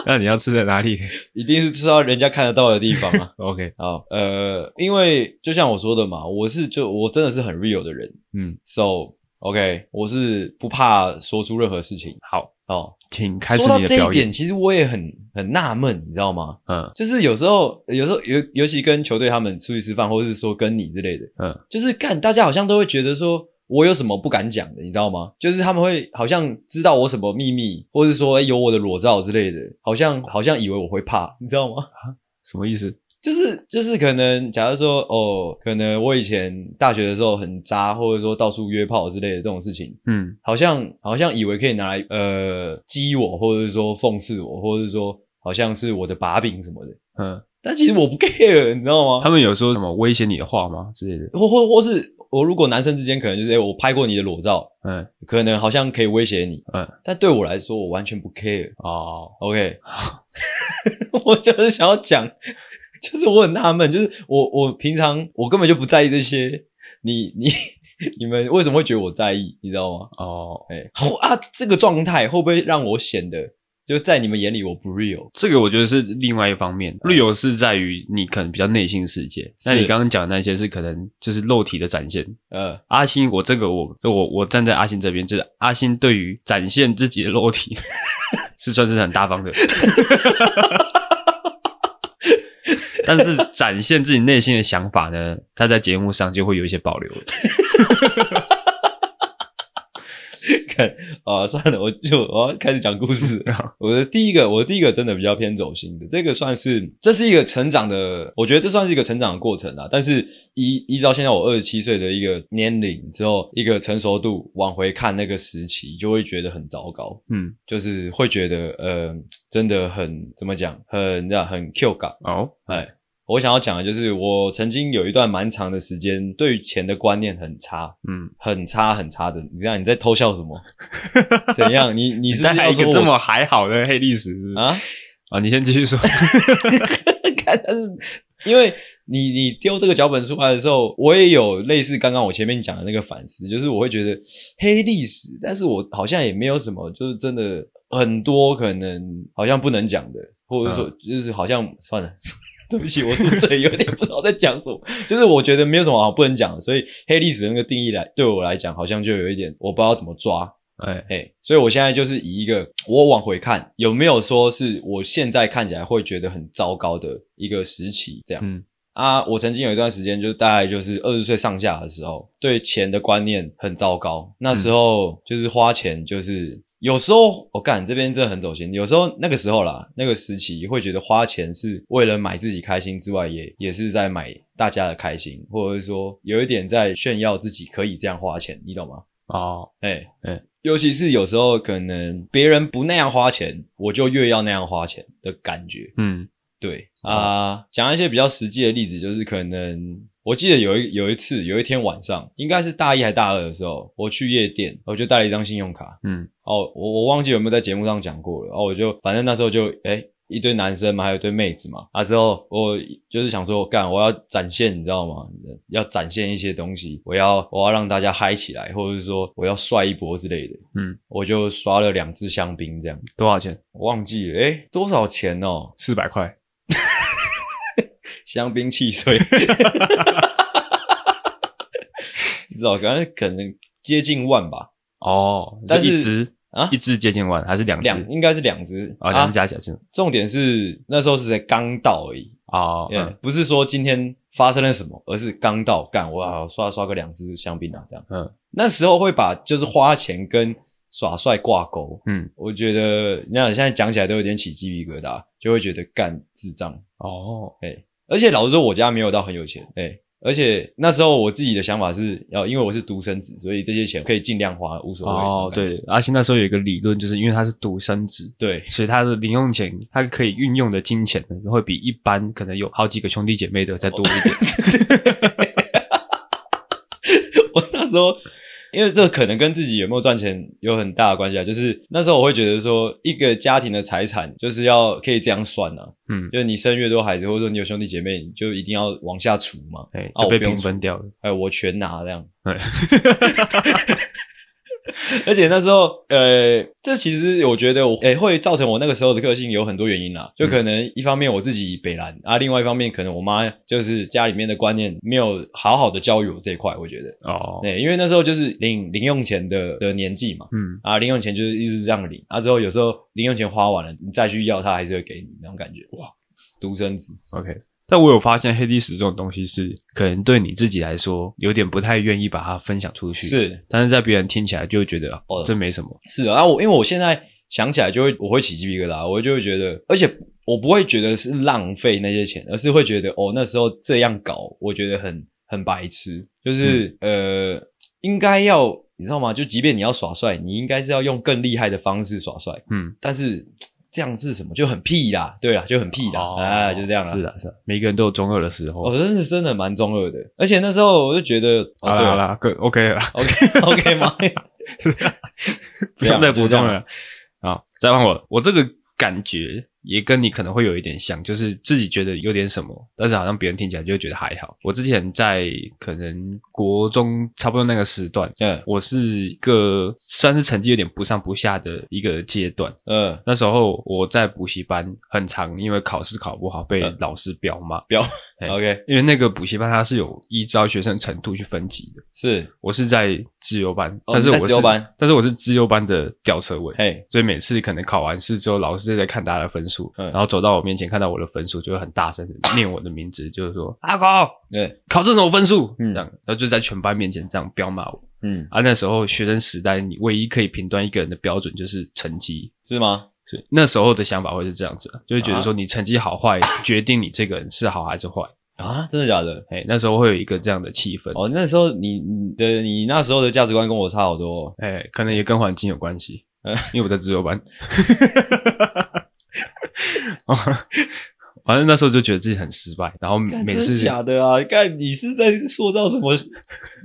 A: 那你要吃在哪里。
B: 一定是吃到人家看得到的地方啊
A: ？OK，
B: 好，呃，因为就像我说的嘛，我是就我真的是很 real 的人
A: 嗯，
B: ，so OK，我是不怕说出任何事情。
A: 好，
B: 哦，
A: 请开始
B: 说到
A: 你的
B: 这一
A: 表演
B: 点，。其实我也很很纳闷，你知道吗？
A: 嗯
B: 就是有时候，有时候尤尤其跟球队他们出去吃饭，或者是说跟你之类的，
A: 嗯，
B: 就是干，大家好像都会觉得说我有什么不敢讲的，你知道吗？就是他们会好像知道我什么秘密，或者哎是说、诶有我的裸照之类的，好像好像以为我会怕，你知道吗？
A: 什么意思？
B: 就是就是可能，假如说哦，可能我以前大学的时候很渣，或者说到处约炮之类的这种事情，
A: 嗯，
B: 好像好像以为可以拿来呃激我，或者是说讽刺我，或者是说好像是我的把柄什么的。
A: 嗯，
B: 但其实我不 care，你知道吗？
A: 他们有说什么威胁你的话吗之类的？
B: 或或或是我如果男生之间可能就是，哎、我拍过你的裸照，
A: 嗯，
B: 可能好像可以威胁你，
A: 嗯，
B: 但对我来说，我完全不 care。
A: 哦，
B: OK，我就是想要讲，就是我很纳闷，就是我我平常我根本就不在意这些，你你 你们为什么会觉得我在意？你知道吗？
A: 哦，
B: 哎、好啊，这个状态会不会让我显得就在你们眼里我不 real？
A: 这个我觉得是另外一方面。理由是在于你可能比较内心世界，
B: 是
A: 那你刚刚讲的那嗯些是可能就是肉体的展现。
B: 呃，
A: 阿星，我这个我这我我站在阿星这边，就是阿星对于展现自己的肉体是算是很大方的，但是展现自己内心的想法呢，他在节目上就会有一些保留了。
B: 看啊，算了，我就我要开始讲故事了。我的第一个，我的第一个真的比较偏走心的，这个算是这是一个成长的，我觉得这算是一个成长的过程啊。但是依依照现在我二十七岁的一个年龄之后，一个成熟度往回看那个时期，就会觉得很糟糕，
A: 嗯，
B: 就是会觉得呃，真的很怎么讲，很那很 Q 感。
A: 哦，
B: 哎，我想要讲的就是，我曾经有一段蛮长的时间，对于钱的观念很差，
A: 嗯，
B: 很差很差的。你这样你在偷笑什 么？怎样？你你
A: 你
B: 是不
A: 带
B: 是
A: 来
B: 要
A: 一
B: 说
A: 个
B: 我
A: 这么还好的黑历史是不是？
B: 啊？
A: 啊，你先继续说。
B: 看，但是因为你你丢这个脚本出来的时候，我也有类似刚刚我前面讲的那个反思，就是我会觉得黑历史，但是我好像也没有什么，就是真的很多可能好像不能讲的，或者说
A: 嗯
B: 就是好像、算了。 对不起，我宿醉，有点不知道在讲什么。就是我觉得没有什么好不能讲的，所以黑历史的那个定义来对我来讲，好像就有一点我不知道怎么抓。
A: 哎，
B: 哎、所以我现在就是以一个我往回看，有没有说是我现在看起来会觉得很糟糕的一个时期这样。
A: 嗯
B: 啊，我曾经有一段时间，就是大概就是二十岁上下的时候，对钱的观念很糟糕。那时候就是花钱，就是有时候我干、这边真的很走心。有时候那个时候啦，那个时期会觉得花钱是为了买自己开心之外，也也是在买大家的开心，或者是说有一点在炫耀自己可以这样花钱，你懂吗？
A: 哦，
B: 哎、
A: 哎
B: 尤其是有时候可能别人不那样花钱，我就越要那样花钱的感觉。
A: 嗯
B: 对啊，讲、一些比较实际的例子，就是可能我记得有一有一次有一天晚上，应该是大一还大二的时候，我去夜店，我就带了一张信用卡。
A: 嗯
B: 哦，我我忘记有没有在节目上讲过了。哦，我就反正那时候就哎、一堆男生嘛，还有一堆妹子嘛。啊，之后我就是想说，干，我要展现，你知道吗？要展现一些东西，我要我要让大家嗨起来，或者是说我要帅一波之类的。
A: 嗯，
B: 我就刷了两支香槟，这样
A: 多少钱？
B: 我忘记了，哎、多少钱哦？
A: 四百块。
B: 香槟汽水， 至少可能可能接近万吧，
A: 哦，
B: 但
A: 就一
B: 是
A: 只
B: 啊
A: 一只接近万还是两只？
B: 两应该是两只
A: 啊，两只加起来是
B: 重点是那时候是才刚到而已，
A: 哦，
B: 嗯
A: 嗯
B: 不是说今天发生了什么，而是刚到干，我好刷刷个两支香槟啊，这样。
A: 嗯，
B: 那时候会把就是花钱跟耍帅挂钩，
A: 嗯，
B: 我觉得你看现在讲起来都有点起鸡皮疙瘩，就会觉得干智障。
A: 哦，
B: 哎、而且老实说，我家没有到很有钱，哎、而且那时候我自己的想法是，要因为我是独生子，所以这些钱可以尽量花，无所谓。
A: 哦，对，阿星那时候有一个理论，就是因为他是独生子，
B: 对
A: 所以他的零用钱，他可以运用的金钱呢，会比一般可能有好几个兄弟姐妹的再多 一点。
B: 我那时候，因为这可能跟自己有没有赚钱有很大的关系啊。就是那时候我会觉得说，一个家庭的财产就是要可以这样算啊，
A: 嗯，
B: 就是你生越多孩子，或者说你有兄弟姐妹，你就一定要往下除嘛。
A: 哎，
B: 啊
A: 就被
B: 我不用
A: 平分掉了。
B: 哎，我全拿这样
A: 对。
B: 而且那时候，呃，这其实我觉得我，哎、会造成我那个时候的个性有很多原因啦。就可能一方面我自己北蓝、啊，另外一方面可能我妈就是家里面的观念没有好好的教育我这一块，我觉得，
A: 哦，
B: 对，因为那时候就是领零用钱的的年纪嘛，
A: 嗯，
B: 啊，零用钱就是一直这样领，啊，之后有时候零用钱花完了，你再去要，他还是会给你那种感觉，哇，独生子，
A: OK，但我有发现黑历史这种东西是可能对你自己来说有点不太愿意把它分享出去，，
B: 是
A: 但是在别人听起来就会觉得
B: 哦
A: 哦，这没什么。
B: 是啊，我因为我现在想起来就会我会起鸡皮疙瘩，我就会觉得，而且我不会觉得是浪费那些钱，而是会觉得哦，那时候这样搞，我觉得很很白痴，就是、呃，应该要你知道吗？就即便你要耍帅，你应该是要用更厉害的方式耍帅，
A: 嗯，
B: 但是这样是什么？就很屁啦，对啦，就很屁啦，
A: 哦
B: 啊，就这样啦。
A: 是的，是的，每个人都有中二的时候。
B: 我、真的是真的蛮中二的，而且那时候我就觉得，
A: 好
B: 哦，
A: 啦
B: 对
A: 好啦，可 OK 了啦，
B: ，OK OK 吗？
A: 不
B: 这样
A: 用再补
B: 啊就这
A: 充
B: 样
A: 了。好，再换我，我这个感觉也跟你可能会有一点像，就是自己觉得有点什么，但是好像别人听起来就会觉得还好。我之前在可能国中差不多那个时段，
B: 嗯
A: 我是一个算是成绩有点不上不下的一个阶段。
B: 嗯，
A: 那时候我在补习班很长，因为考试考不好被
B: 嗯
A: 老师彪骂，
B: 彪
A: 哎
B: OK
A: 因为那个补习班它是有依照学生程度去分级的。
B: 是，
A: 我是在自由班，
B: 哦
A: 但是
B: 你
A: 我是
B: 在自由班，
A: 但是我是自由班的吊车尾，
B: 嘿，
A: 所以每次可能考完试之后，老师就在看大家的分数，
B: 嗯
A: 然后走到我面前看到我的分数，就会很大声 的念我的名字，就是说阿狗
B: 对，
A: 考这种分数，
B: 嗯
A: 这样，然后就在全班面前这样彪骂我。
B: 嗯，
A: 啊，那时候学生时代，你唯一可以评断一个人的标准就是成绩。
B: 是吗？
A: 所以那时候的想法会是这样子啊，就会觉得说你成绩好坏决定你这个人是好还是坏。
B: 啊，真的假的？
A: 哎，那时候会有一个这样的气氛，
B: 哦，那时候你你的你那时候的价值观跟我差好多、哦，
A: 哎，可能也跟环境有关 系
B: 嗯，
A: 因为我在自由班。哦反正那时候就觉得自己很失败，然后
B: 干
A: 嗯每
B: 真
A: 次
B: 的 假的啊？看你是在塑造什么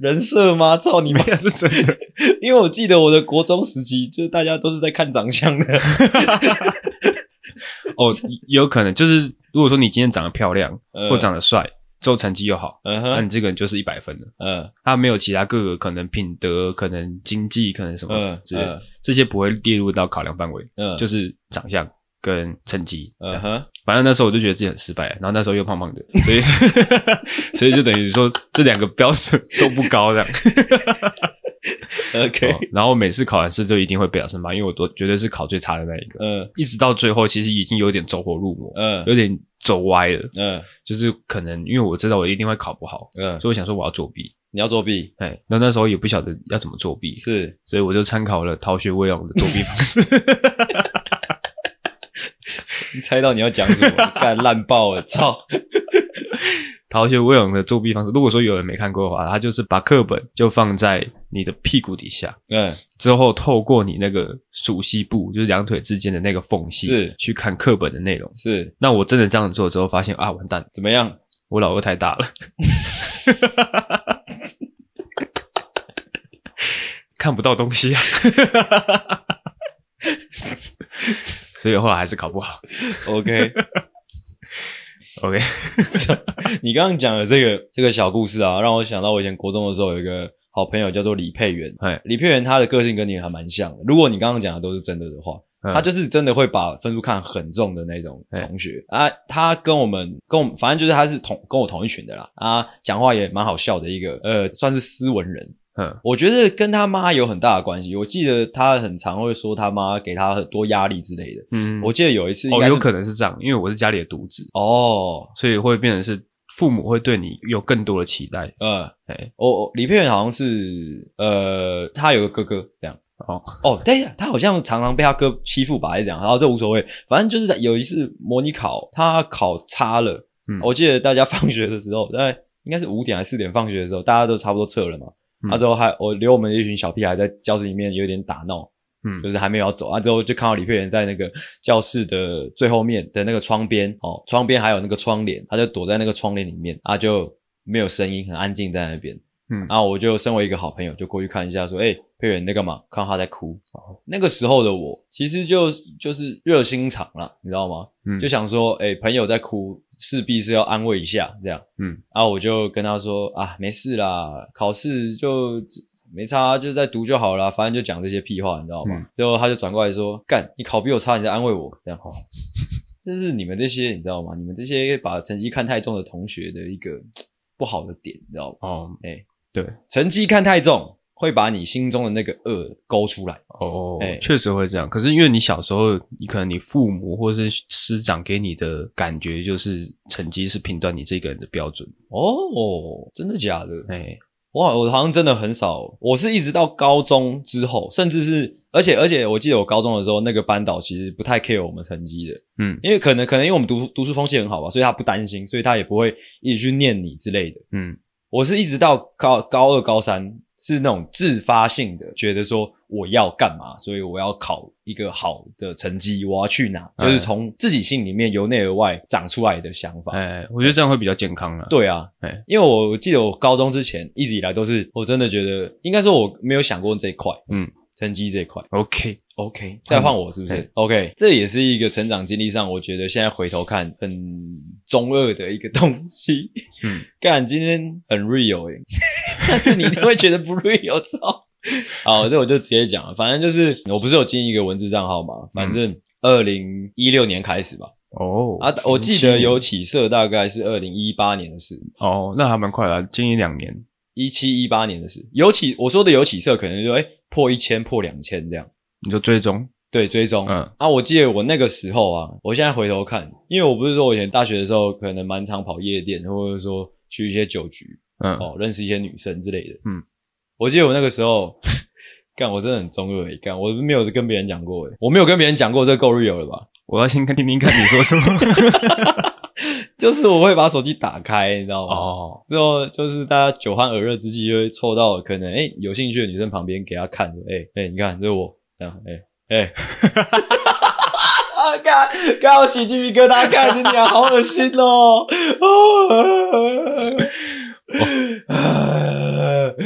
B: 人设吗？操你妈！
A: 是真的，
B: 因为我记得我的国中时期，就是大家都是在看长相的，
A: 哦，有可能就是如果说你今天长得漂亮
B: 嗯
A: 或长得帅，之后成绩又好，
B: 嗯
A: 那
B: 哼，
A: 你这个人就是一百分了。
B: 嗯
A: 他没有其他各个可能品德、可能经济、可能什么
B: 嗯
A: 之类的
B: 嗯
A: 这些不会列入到考量范围，
B: 嗯，
A: 就是是长相跟成绩。这样
B: 嗯哼，
A: 反正那时候我就觉得自己很失败，然后那时候又胖胖的，所以所以就等于说这两个标准都不高这样。
B: OK，
A: 哦然后每次考完试就一定会被老师骂，因为我都绝对是考最差的那一个，
B: 嗯
A: 一直到最后其实已经有点走火入魔，
B: 嗯
A: 有点走歪了，
B: 嗯
A: 就是可能因为我知道我一定会考不好，
B: 嗯，
A: 所以我想说我要作弊。
B: 你要作弊
A: 哎，那那时候也不晓得要怎么作弊，
B: 是
A: 所以我就参考了逃学威龙的作弊方式。
B: 你猜到你要讲什么？ 干烂爆了，操！
A: 逃学威龙的作弊方式，如果说有人没看过的话，他就是把课本就放在你的屁股底下，
B: 嗯
A: 之后透过你那个熟悉部，就是两腿之间的那个缝隙，
B: 是
A: 去看课本的内容。
B: 是
A: 那我真的这样做之后，发现啊，完蛋，
B: 怎么样？
A: 我老二太 大了。看不到东西、啊，所以后来还是考不好。
B: OK，
A: OK，
B: 你刚刚讲的这个这个小故事啊，让我想到我以前国中的时候有一个好朋友叫做李佩元
A: 哎，
B: 李佩元他的个性跟你还蛮像的。如果你刚刚讲的都是真的的话，
A: 嗯
B: 他就是真的会把分数看很重的那种
A: 哎
B: 同学啊。他跟我们跟我们反正就是他是同跟我同一群的啦啊，讲话也蛮好笑的一个呃，算是斯文人。
A: 嗯
B: 我觉得跟他妈有很大的关系。我记得他很常会说他妈给他很多压力之类的。
A: 嗯，
B: 我记得有一次应
A: 哦，
B: 该是
A: 有可能是这样，因为我是家里的独子，
B: 哦，
A: 所以会变成是父母会对你有更多的期待。
B: 呃，
A: 哎，
B: 我、哦、李佩元好像是呃，他有个哥哥这样。
A: 哦，
B: 哦，对呀，他好像常常被他哥欺负吧，还是怎样？然后这无所谓，反正就是有一次模拟考，他考差了。
A: 嗯
B: 我记得大家 放学的时候，大概应该是五点还是四点放学的时候，大家都差不多撤了嘛。
A: 嗯
B: 那、之后还我留我们一群小屁孩在教室里面有点打闹，
A: 嗯
B: 就是还没有要走啊，之后就看到李佩元在那个教室的最后面的那个窗边哦，窗边还有那个窗帘，他就躲在那个窗帘里面，啊就没有声音，很安静在那边。
A: 嗯
B: 然后我就身为一个好朋友，就过去看一下，说：“哎、佩元你在干嘛？”看到他在哭。那个时候的我，其实就就是热心肠啦，你知道吗？
A: 嗯
B: 就想说，哎、朋友在哭，势必是要安慰一下，这样。
A: 嗯，
B: 啊，我就跟他说啊，没事啦，考试就没差，就在读就好啦，反正就讲这些屁话，你知道吗？
A: 嗯
B: 最后他就转过来说，干，你考比我差，你在安慰我，这样 哈。就是你们这些，你知道吗？你们这些把成绩看太重的同学的一个不好的点，你知道吗？
A: 哦，
B: 哎
A: 对，
B: 成绩看太重，会把你心中的那个恶勾出来。
A: 哦
B: 哎，
A: 确实会这样。可是因为你小时候，你可能你父母或是师长给你的感觉就是成绩是评断你这个人的标准。
B: 哦，真的假的？
A: 哎，
B: 哇，我好像真的很少，我是一直到高中之后，甚至是而且而且我记得我高中的时候，那个班导其实不太 care 我们成绩的，
A: 嗯
B: 因为可能可能因为我们读读书风气很好吧，所以他不担心，所以他也不会一直去念你之类的。
A: 嗯
B: 我是一直到高高二、高三是那种自发性的，觉得说我要干嘛，所以我要考一个好的成绩，我要去哪，
A: 哎
B: 就是从自己心里面由内而外长出来的想法。
A: 哎，我觉得这样会比较健康了。
B: 对啊
A: 哎，
B: 因为我记得我高中之前一直以来都是，我真的觉得应该说我没有想过这一块，
A: 嗯，
B: 成绩这一块。
A: ，OK，
B: OK，再换我是不是、
A: 哎
B: o k 这也是一个成长经历上，我觉得现在回头看很中二的一个东西。
A: 嗯，
B: 干，今天很 real 诶、 但是你一定会觉得不 real 操。好，这我就直接讲了，反正就是我不是有经营一个文字账号嘛，反正二零一六年开始吧。
A: 哦
B: 啊，我记得有起色，大概是二零一八年的事，
A: 哦，那还蛮快了，经营两年，
B: 一七一八年的事。有起，我说的有起色，可能就哎、破一千、破两千这样。
A: 你就追踪，
B: 对，追踪。
A: 嗯
B: 啊，我记得我那个时候啊，我现在回头看，因为我不是说我以前大学的时候可能蛮常跑夜店，或者说去一些酒局
A: 嗯，
B: 哦，认识一些女生之类的。
A: 嗯，
B: 我记得我那个时候， 干我真的很中二欸，干我没有跟别人讲过诶，我没有跟别人讲过这够 real 了吧？
A: 我要先看听听看你说什么。
B: 就是我会把手机打开，你知道 吗？
A: 哦，
B: 之后就是大家酒酣耳热之际，就会凑到可能哎、诶有兴趣的女生旁边给她看，说哎哎、诶你看这是我这样哎哎， 啊看看我起鸡皮疙瘩，看着你啊好恶心 哦！啊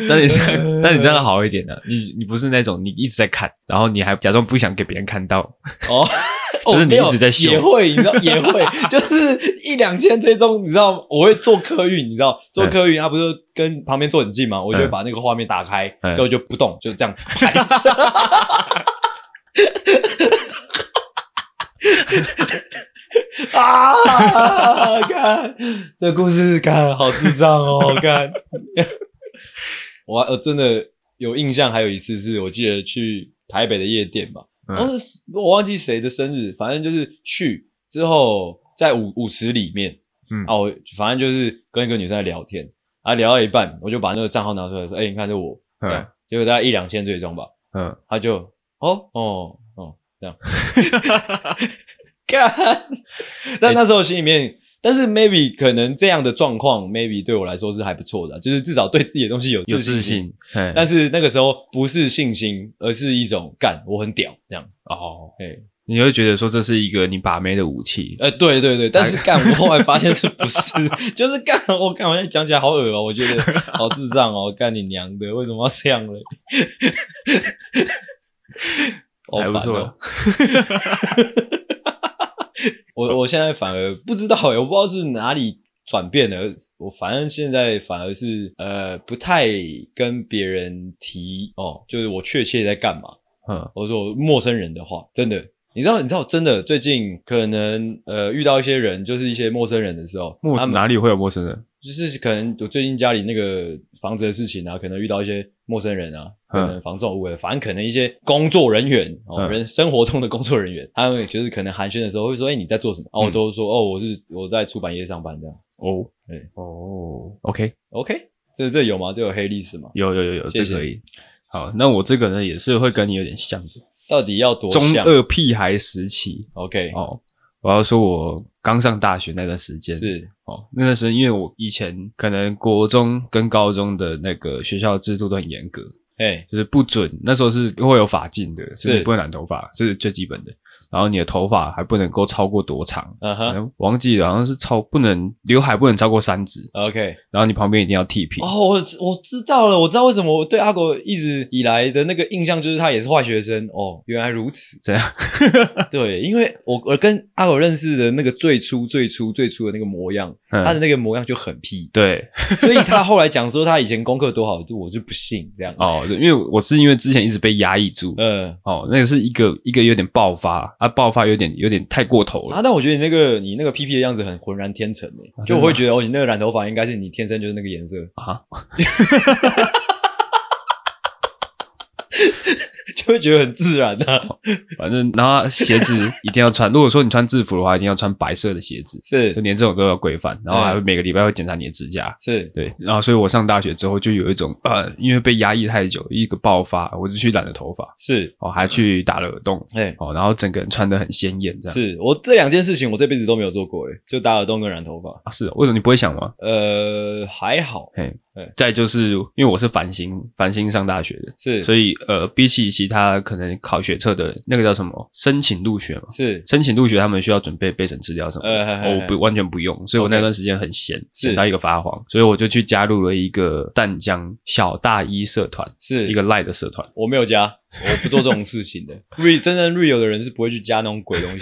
A: 但你这 样，但你这样好一点的、你你不是那种你一直在看，然后你还假装不想给别人看到，
B: 哦，
A: 就
B: 哦，
A: 是你
B: 没有
A: 一直在秀
B: 也会，你知道，也会，就是一两千追踪，你知道，我会做客运，你知道，
A: 哎
B: 做客运，他不是跟旁边坐很近嘛，我就会把那个画面打开，
A: 嗯
B: 之后就不动，就这样拍着。 啊！看这故事，看好智障哦！看， 我还我呃真的有印象，还有一次是我记得去台北的夜店吧，
A: 嗯
B: 当时我忘记谁的生日，反正就是去之后在舞舞池里面，
A: 嗯
B: 啊，我反正就是跟一个女生在聊天，啊，聊到一半，我就把那个账号拿出来说，哎、你看这我，这样
A: 嗯
B: 结果大概一两千追踪吧，
A: 嗯，
B: 他就哦哦哦 这样，
A: 哎
B: 干，但那时候心里面。但是 maybe 可能这样的状况，maybe 对我来说是还不错的啊、就是至少对自己的东西有
A: 有
B: 自
A: 自
B: 信
A: 信，哎，
B: 但是那个时候不是信心，而是一种干，我很屌这样。
A: 哦，
B: 哎、
A: 你会觉得说这是一个你把妹的武器，
B: 呃，对对对，但是干，我后来发现这不是， 就是干，我干，我现在讲起来好恶哦、我觉得好智障哦、干你娘的，为什么要这样嘞？ 好
A: 还不
B: 烦
A: 错
B: 哦。我我现在反而不知道哎、我不知道是哪里转变了。我反正现在反而是呃不太跟别人提哦，就是我确切在干嘛。
A: 嗯
B: 我说我陌生人的话，真的，你知道，你知道，真的，最近可能呃遇到一些人，就是一些陌生人的时候，
A: 陌
B: 他们
A: 哪里会有陌生人？
B: 就是可能我最近家里那个房子的事情啊，可能遇到一些陌生人啊，可
A: 嗯
B: 能房仲屋的，反正可能一些工作人员哦，
A: 嗯
B: 人生活中的工作人员，他们就是可能寒暄的时候会说，哎、你在做什么？哦，我
A: 嗯
B: 都说哦，我是我在出版业上班这样。
A: 哦，
B: 对，
A: 哦，OK，
B: OK，这这有吗？这有黑历史吗？
A: 有有有有，
B: 谢
A: 这
B: 谢
A: 可以。好，那我这个呢也是会跟你有点像的，
B: 到底要多
A: 中
B: 像
A: 二屁孩时期
B: OK，、
A: 哦。我要说，我刚上大学那段时间
B: 是
A: 哦，那段时间因为我以前可能国中跟高中的那个学校制度都很严格，
B: 哎、
A: 就是不准，那时候是会有法禁的，
B: 是
A: 是你不能染头发，这是最基本的。然后你的头发还不能够超过多长，
B: 嗯
A: 好
B: 哼
A: 像忘记了，好像是超不能刘海不能超过三指，
B: ，OK。
A: 然后你旁边一定要剃平。
B: 哦，我知我知道了，我知道为什么我对阿狗一直以来的那个印象就是他也是坏学生哦，原来如此。
A: 这样
B: 对，因为我我跟阿狗认识的那个最初最初最初的那个模样，他
A: 嗯，，
B: 的那个模样就很屁
A: 对，
B: 所以他后来讲说他以前功课多好，就我就不信这样。
A: 哦，对因为我是因为之前一直被压抑住，
B: 嗯、
A: 哦，那个是一个一个有点爆发啊，爆发有点有点太过头了
B: 啊，，但我觉得你那个你那个屁屁的样子很浑然天成诶、
A: 啊
B: 就
A: 真的
B: 我
A: 吗
B: 会觉得哦，你那个染头发应该是你天生就是那个颜色，
A: 啊，
B: 就会觉得很自然啊的、
A: 反正然后鞋子一定要穿，如果说你穿制服的话，一定要穿白色的鞋子，就是连这种都要规范，然后还会每个礼拜会检查你的指甲。
B: 是，
A: 对，然后所以我上大学之后就有一种呃，因为被压抑太久，一个爆发，我就去染了头发，
B: 是，
A: 哦，还去打了耳洞，
B: 哎、
A: 哦，然后整个人穿的很鲜艳，这样
B: 是我这两件事情我这辈子都没有做过、哎，就打耳洞跟染头发。
A: 啊是哦，为什么你不会想吗？
B: 呃，还好，
A: 再就是因为我是繁星，繁星上大学的，
B: 是，
A: 所
B: 以
A: 以呃，比起其他可能考学测的那个叫什么申请入学嘛，
B: 是
A: 申请入学他们需要准备备审资料什么的，
B: 呃嘿嘿
A: 哦
B: 嘿
A: 我不完全不用，所以我
B: OK
A: 那段时间很闲，
B: 是
A: 闲到一个发慌，所以我就去加入了一个淡江小大一社团，
B: 是
A: 一个赖的社团。
B: 我没有加，我不做这种事情的。re 真正 real 的人是不会去加那种鬼东西。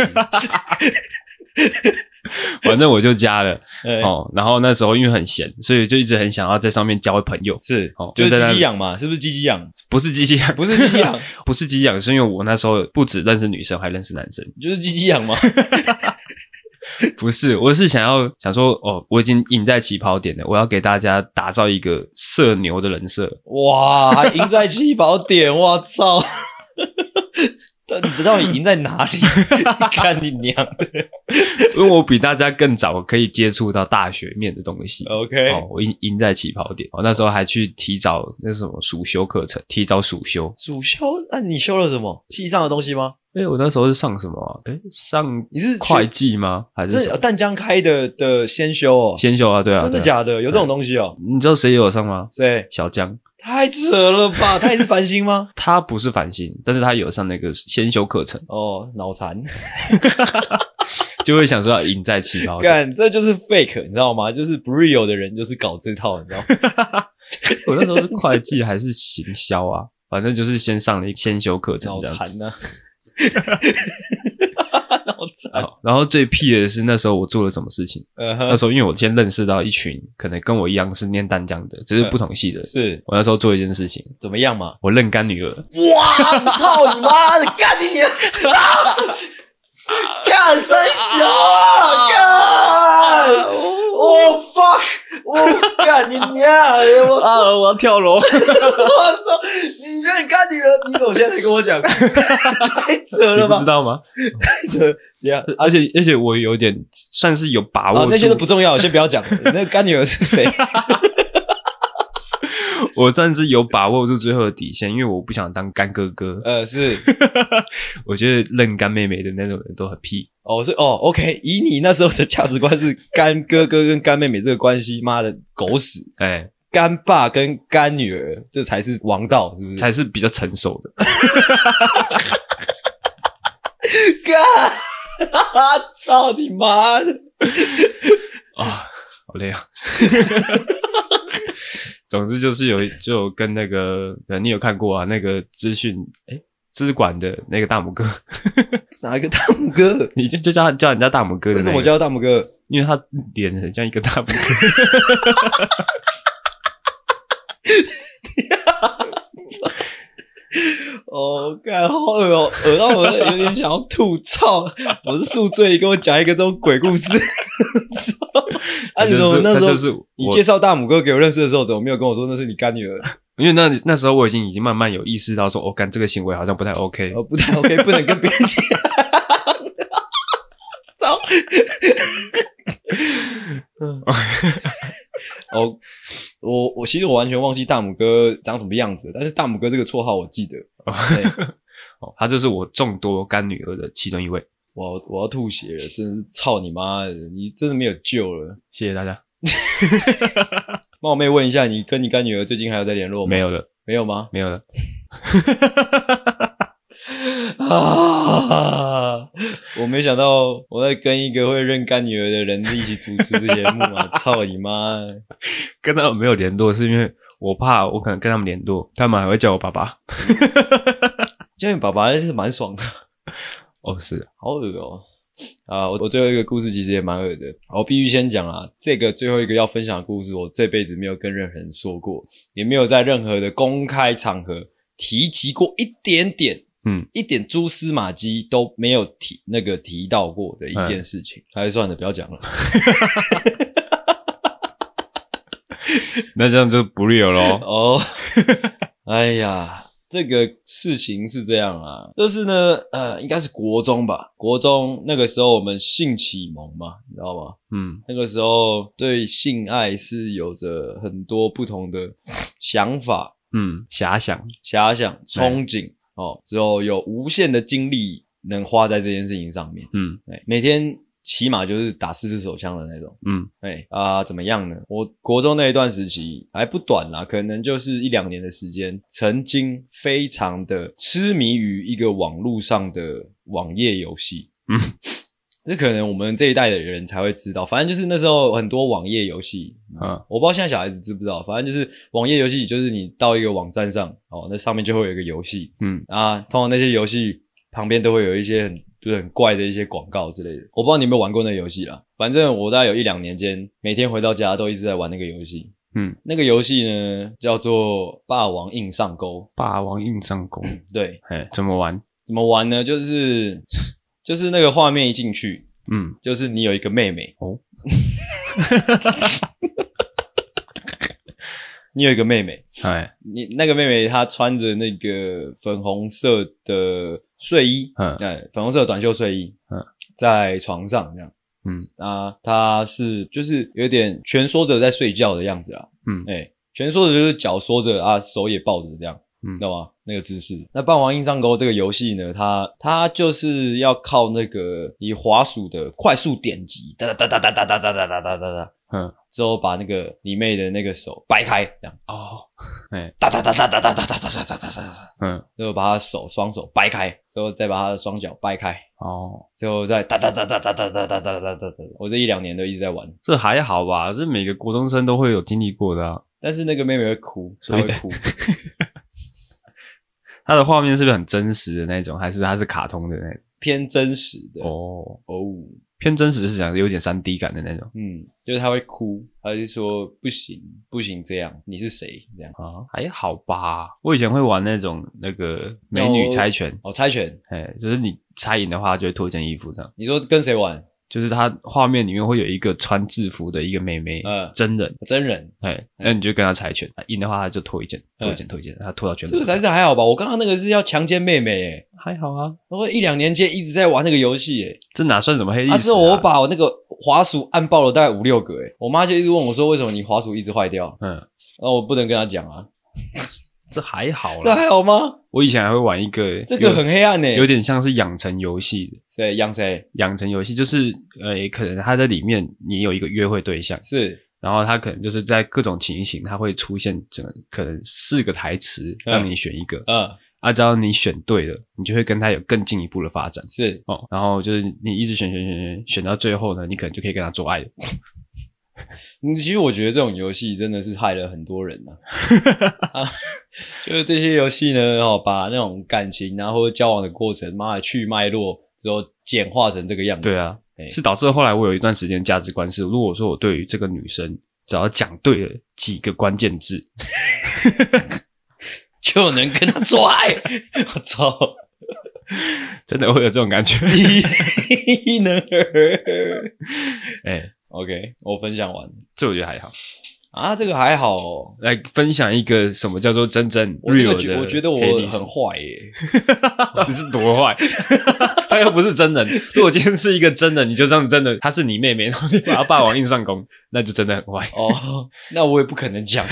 A: 反正我就加了
B: 哎
A: 哦，然后那时候因为很闲，所以就一直很想要在上面交朋友，
B: 是
A: 哦，
B: 就是
A: 就在那
B: 鸡鸡痒嘛，是不是鸡鸡痒？
A: 不是鸡鸡痒，
B: 不是鸡鸡痒，
A: 不是鸡鸡痒，是因为我那时候不只认识女生，还认识男生。
B: 就是鸡鸡痒嘛。
A: 不是，我是想要想说，哦，我已经赢在起跑点了，我要给大家打造一个社牛的人设。
B: 哇，还赢在起跑点，我操！到底到底赢在哪里？看你娘的
A: 因为我比大家更早可以接触到大学面的东西。
B: ！OK，
A: 哦，我赢赢在起跑点。我、那时候还去提早那是什么暑修课程，提早暑修。
B: 主修，那你修了什么？系上的东西吗？
A: 哎，我那时候是上什么、啊？哎，上
B: 你是
A: 会计吗？还是
B: 这
A: 什么
B: 淡江开的的先修哦？
A: 先修啊？对啊，
B: 真的
A: 对啊？
B: 假的？有这种东西哦？
A: 你知道谁有上吗？
B: 对，
A: 小江，
B: 太扯了 吧！他也是繁星吗？
A: 他不是繁星，但是他有上那个先修课程，
B: 哦，脑残，
A: 就会想说要赢在起跑点。
B: 干，这就是 fake，你知道吗？就是 b r e a l 的人就是搞这套，你知道吗？
A: 我那时候是会计还是行销啊？反正就是先上了一先修课程
B: 脑
A: 这样子。
B: 残啊呢？脑残，啊
A: 哦然后最屁的是那时候我做了什么事情？
B: 嗯
A: 那
B: 哼，
A: 时候因为我先认识到一群可能跟我一样是念淡江的，
B: 嗯
A: 只是不同系的。
B: 是
A: 我那时候做一件事情，
B: 怎么样嘛？
A: 我认干女儿，
B: 哇！操你妈的，干你娘！干三小啊！干！我 fuck！我干你娘！我啊！我要跳楼！我操！你认干女儿？你怎么现在才跟我讲？太扯
A: 你
B: 了
A: 不
B: 吧！
A: 知道吗？
B: 太扯了！这样
A: 而且而且我有点算是有把握
B: 啊，
A: 住，
B: 那些都不重要，先不要讲。那干女儿是谁？
A: 我算是有把握住最后的底线，因为我不想当干哥哥。
B: 呃，是
A: 我觉得认干妹妹的那种人都很屁。
B: 哦，是哦，OK。以你那时候的价值观是干哥哥跟干妹妹这个关系，妈的狗屎！
A: 哎，
B: 干爸跟干女儿，这才是王道，是不是？
A: 才是比较成熟的。
B: 干， 操你妈的！
A: 好累啊！ 总之就是有就有跟那个，可能你有看过啊，那个资讯哎资管的那个大拇哥，
B: 哪一个大拇哥？
A: 你就就叫他叫人家大拇哥的
B: 为
A: 那
B: 什
A: 个，
B: 么我叫他大拇哥？
A: 因为他脸很像一个大拇哥。
B: 哦，干，好恶哦，恶到我有点想要吐。 操！我是宿醉，跟我讲一个这种鬼故 事。操！啊，
A: 他
B: 你
A: 就
B: 怎么
A: 是
B: 那时
A: 他
B: 候、
A: 就是我
B: 你介绍大拇哥给我认识的时候，怎么没有跟我说那是你干女儿？
A: 因为那那时候我已经已经慢慢有意识到说，哦，干这个行为好像不太 OK，、
B: 哦，不太 OK，不能跟别人 讲。操！哦，我我其实我完全忘记大拇哥长什么样子，但是大拇哥这个绰号我记得。哎对
A: 哦，他就是我众多干女儿的其中一位。
B: 我要我要吐血了，真的是操你妈的！你真的没有救了。
A: 谢谢大家。
B: 冒昧问一下，你跟你干女儿最近还有在联络吗？
A: 没有了，
B: 没有吗？
A: 没有了。
B: 啊！我没想到我在跟一个会认干女儿的人一起主持这节目 啊！操你妈的！
A: 跟他们没有联络，是因为我怕我可能跟他们联络，他们还会叫我爸爸。
B: 叫你爸爸还是蛮爽的，
A: 哦，是的，
B: 好恶哦、啊，我我最后一个故事其实也蛮恶的，我必须先讲啊，这个最后一个要分享的故事，我这辈子没有跟任何人说过，也没有在任何的公开场合提及过一点点，
A: 嗯，
B: 一点蛛丝马迹都没有提那个提到过的一件事情，还是算了，不要讲了。
A: 那这样就不 real 咯。
B: 哦，哎呀，这个事情是这样啊，就是呢，呃，应该是国中吧，国中那个时候我们性启蒙嘛，你知道吗？
A: 嗯
B: 那个时候对性爱是有着很多不同的想法、
A: 嗯，遐想，
B: 遐想、憧憬哦，之后有无限的精力能花在这件事情上面。
A: 嗯
B: 哎，每天起码就是打四次手枪的那种。
A: 嗯
B: 哎啊、怎么样呢？我国中那一段时期还不短啦，可能就是一两年的时间，曾经非常的痴迷于一个网络上的网页游戏。
A: 嗯，
B: 这可能我们这一代的人才会知道，反正就是那时候很多网页游戏。
A: 啊
B: 我不知道现在小孩子知不知道，反正就是网页游戏，就是你到一个网站上，哦，那上面就会有一个游戏，
A: 嗯
B: 啊，通常那些游戏旁边都会有一些很就是很怪的一些广告之类的。我不知道你有没有玩过那个游戏啦，反正我大概有一两年间，每天回到家都一直在玩那个游戏。
A: 嗯，
B: 那个游戏呢叫做《霸王硬上钩》，
A: 霸王硬上弓，
B: 对，
A: 哎，怎么玩？
B: 怎么玩呢？就是 就是那个画面一进去，
A: 嗯，
B: 就是你有一个妹妹
A: 哦，
B: 你有一个妹妹，
A: 哎，
B: 你那个妹妹她穿着那个粉红色的睡衣，
A: 嗯
B: 对，粉红色的短袖睡衣，
A: 嗯，
B: 在床上这样。
A: 嗯
B: 啊，她是就是有点蜷缩着在睡觉的样子啦，
A: 嗯
B: 哎、蜷缩着就是脚缩着啊，手也抱着这样，
A: 嗯
B: 知道吗？那个姿势。那《霸王硬上钩》这个游戏呢，它它就是要靠那个你滑鼠的快速点击，哒哒哒哒哒哒哒哒哒哒哒哒，
A: 嗯，
B: 之后把那个你妹的那个手掰开，这样
A: 哦，哎，
B: 哒哒哒哒哒哒哒哒哒哒哒哒哒，
A: 嗯，
B: 之后把她手双手掰开，之后再把她的双脚掰开。
A: 哦，
B: 之后再哒哒哒哒哒哒哒哒哒哒哒哒，我这一两年都一直在玩，
A: 这还好吧？这每个国中生都会有经历过的啊。
B: 但是那个妹妹会哭，
A: 所以
B: 她会哭，
A: 它的画面是不是很真实的那种？还是它是卡通的那种？
B: 偏真实的哦
A: 哦，偏真实是讲有点三 D 感的那种
B: 嗯，就是她会哭，她就说不行不行这样，你是谁这样？
A: 啊，还好吧。我以前会玩那种那个美女猜拳，
B: 哦，猜拳，
A: 哎、就是你猜赢的话，就会脱一件衣服这样。
B: 你说跟谁玩？
A: 就是它画面里面会有一个穿制服的一个妹妹，
B: 嗯
A: 真人，
B: 真人，
A: 哎，那你就跟她猜拳，啊赢的话她就脱一件，脱一件，脱一件，她脱到全部
B: 嗯这。个才是还好吧？我刚刚那个是要强奸妹妹诶，
A: 还好啊，
B: 然后一两年间一直在玩那个游戏诶，
A: 这哪算什么黑历史、
B: 啊之后我把我那个滑鼠按爆了大概五六个欸诶，我妈就一直问我说为什么你滑鼠一直坏掉，
A: 嗯，
B: 然后我不能跟她讲啊，
A: 这还好
B: 这
A: 啦。
B: 还好吗？
A: 我以前还会玩一个，
B: 这个很黑暗诶，
A: 有有点像是养成游戏的。
B: 谁养谁
A: 养成游戏就是，呃，也可能他在里面你有一个约会对象，
B: 是
A: 然后他可能就是在各种情形，他会出现整个可能四个台词
B: 嗯
A: 让你选一个，
B: 嗯
A: 啊，只要你选对了，你就会跟他有更进一步的发展
B: 是
A: 哦。然后就是你一直选选选选选到最后呢，你可能就可以跟他做爱了。
B: 嗯，其实我觉得这种游戏真的是害了很多 人呐、啊。就是这些游戏呢，哦，把那种感情啊或者交往的过程，妈的去脉络之后简化成这个样子。
A: 对，啊，
B: 哎
A: 是导致后来我有一段时间价值观是，如果说我对于这个女生只要讲对了几个关键字，
B: 就能跟他做爱。 我操，
A: 真的会有这种 感觉。
B: 一能儿。
A: 哎、
B: OK，我分享完了
A: 这我觉得还好。
B: 啊，这个还好、哦。
A: 来分享一个什么叫做真正
B: 我这
A: real
B: 个
A: 的
B: 觉我觉得我
A: 黑历史
B: 很坏耶、
A: 你是多坏，他又不是真人。如果今天是一个真人，你就这样真的，他是你妹妹，然后你把她霸王硬上弓，那就真的很坏。
B: 哦， 那我也不可能讲。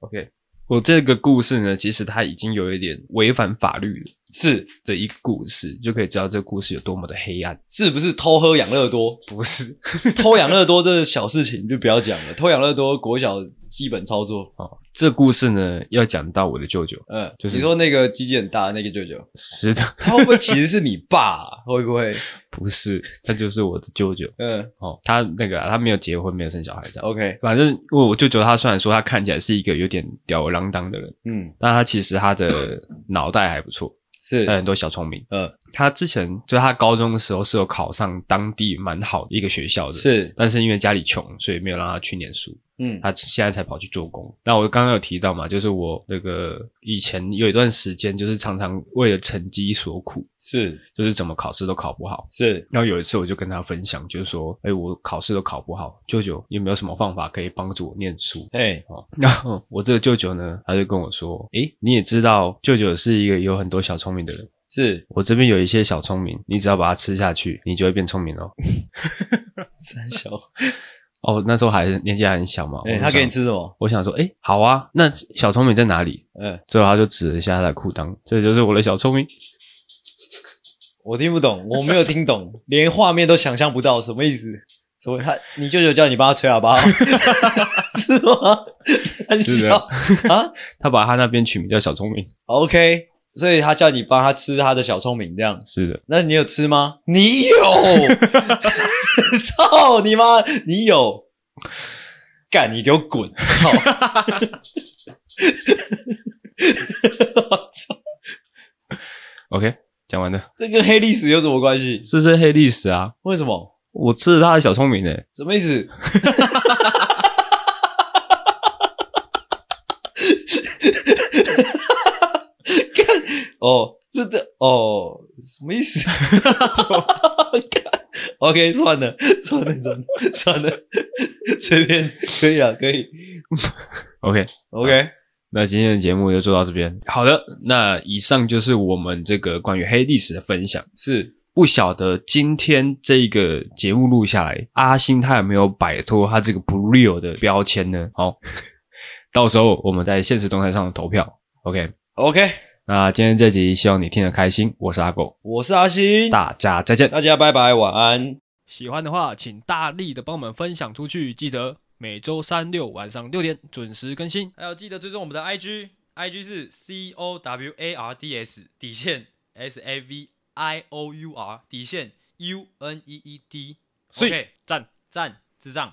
A: OK，我这个故事呢，其实它已经有一点违反法律
B: 是
A: 的一个故事，就可以知道这个故事有多么的黑暗。
B: 是不是偷喝养乐多？
A: 不是
B: 偷养乐多这小事情就不要讲了，偷养乐多国小基本操作。
A: 哦，这故事呢要讲到我的舅舅，
B: 嗯，
A: 就是
B: 你说那个鸡鸡很大的那个舅舅，
A: 是的，
B: 他会不会其实是你爸 啊、会不会？
A: 不是，他就是我的舅舅
B: 嗯
A: 哦，他那个啊、他没有结婚，没有生小孩，这样。
B: ，OK，
A: 反正我我舅舅他虽然说他看起来是一个有点吊儿郎当的人，
B: 嗯，
A: 但他其实他的脑袋还不错，
B: 是，
A: 他有很多小聪明。
B: 嗯，
A: 他之前就他高中的时候是有考上当地蛮好的一个学校的，，
B: 是
A: 但是因为家里穷，所以没有让他去念书。
B: 嗯
A: 他现在才跑去做工。那我刚刚有提到嘛，就是我那个以前有一段时间，就是常常为了成绩所苦，
B: 是
A: 就是怎么考试都考不好。
B: 是，
A: 然后有一次我就跟他分享，就是说，哎，我考试都考不好，舅舅有没有什么方法可以帮助我念书？
B: 哎，
A: 哦，然后我这个舅舅呢，他就跟我说，哎，你也知道，舅舅是一个有很多小聪明的人。
B: 是
A: 我这边有一些小聪明，你只要把它吃下去，你就会变聪明哦。
B: 三小，
A: 哦，那时候还年纪还很小嘛，
B: 哎，
A: 我就
B: 他给你
A: 想，
B: 吃什么？
A: 我想说，哎，好啊，那小聪明在哪里？
B: 嗯，
A: 最后他就指了一下他的裤裆，这就是我的小聪明。
B: 我听不懂，我没有听 懂，连画面都想象不到，什么意思？什么？他你舅舅叫你帮他吹 喇叭，是吗？三
A: 是
B: 小
A: 的
B: 啊
A: 他把他那边取名叫小聪明。
B: ，OK，所以他叫你帮他吃他的小聪明，这样。
A: 是的，
B: 那你有吃吗？你有， 操你妈！你有，干你给我滚！操！
A: ，OK，讲完了，
B: 这跟黑历史有什么关系？
A: 这是黑历史啊！
B: 为什么？
A: 我吃了他的小聪明呢、
B: 什么意思？干哦，这这哦，什么意思 干？OK，算了，算了，算了，算了，随便，可以啊，可以
A: OK，
B: ，OK。
A: 那今天的节目就做到这边。好的，那以上就是我们这个关于黑历史的分享。是不晓得今天这个节目录下来，阿星他有没有摆脱他这个不 real 的标签呢？好， 到时候我们在现实动态上投票。OK，
B: OK，
A: 那今天这集希望你听得开心。我是阿狗，
B: 我是阿星，
A: 大家再见。
B: 大家拜拜，晚安。
A: 喜欢的话，请大力的帮我们分享出去。记得每周三六晚上六点准时更新。
C: 还有记得追踪我们的 IG，IG 是 C O W A R D S 底线 S A V I O U R 底线 U N E E D。
A: 所以
C: OK，赞赞智障。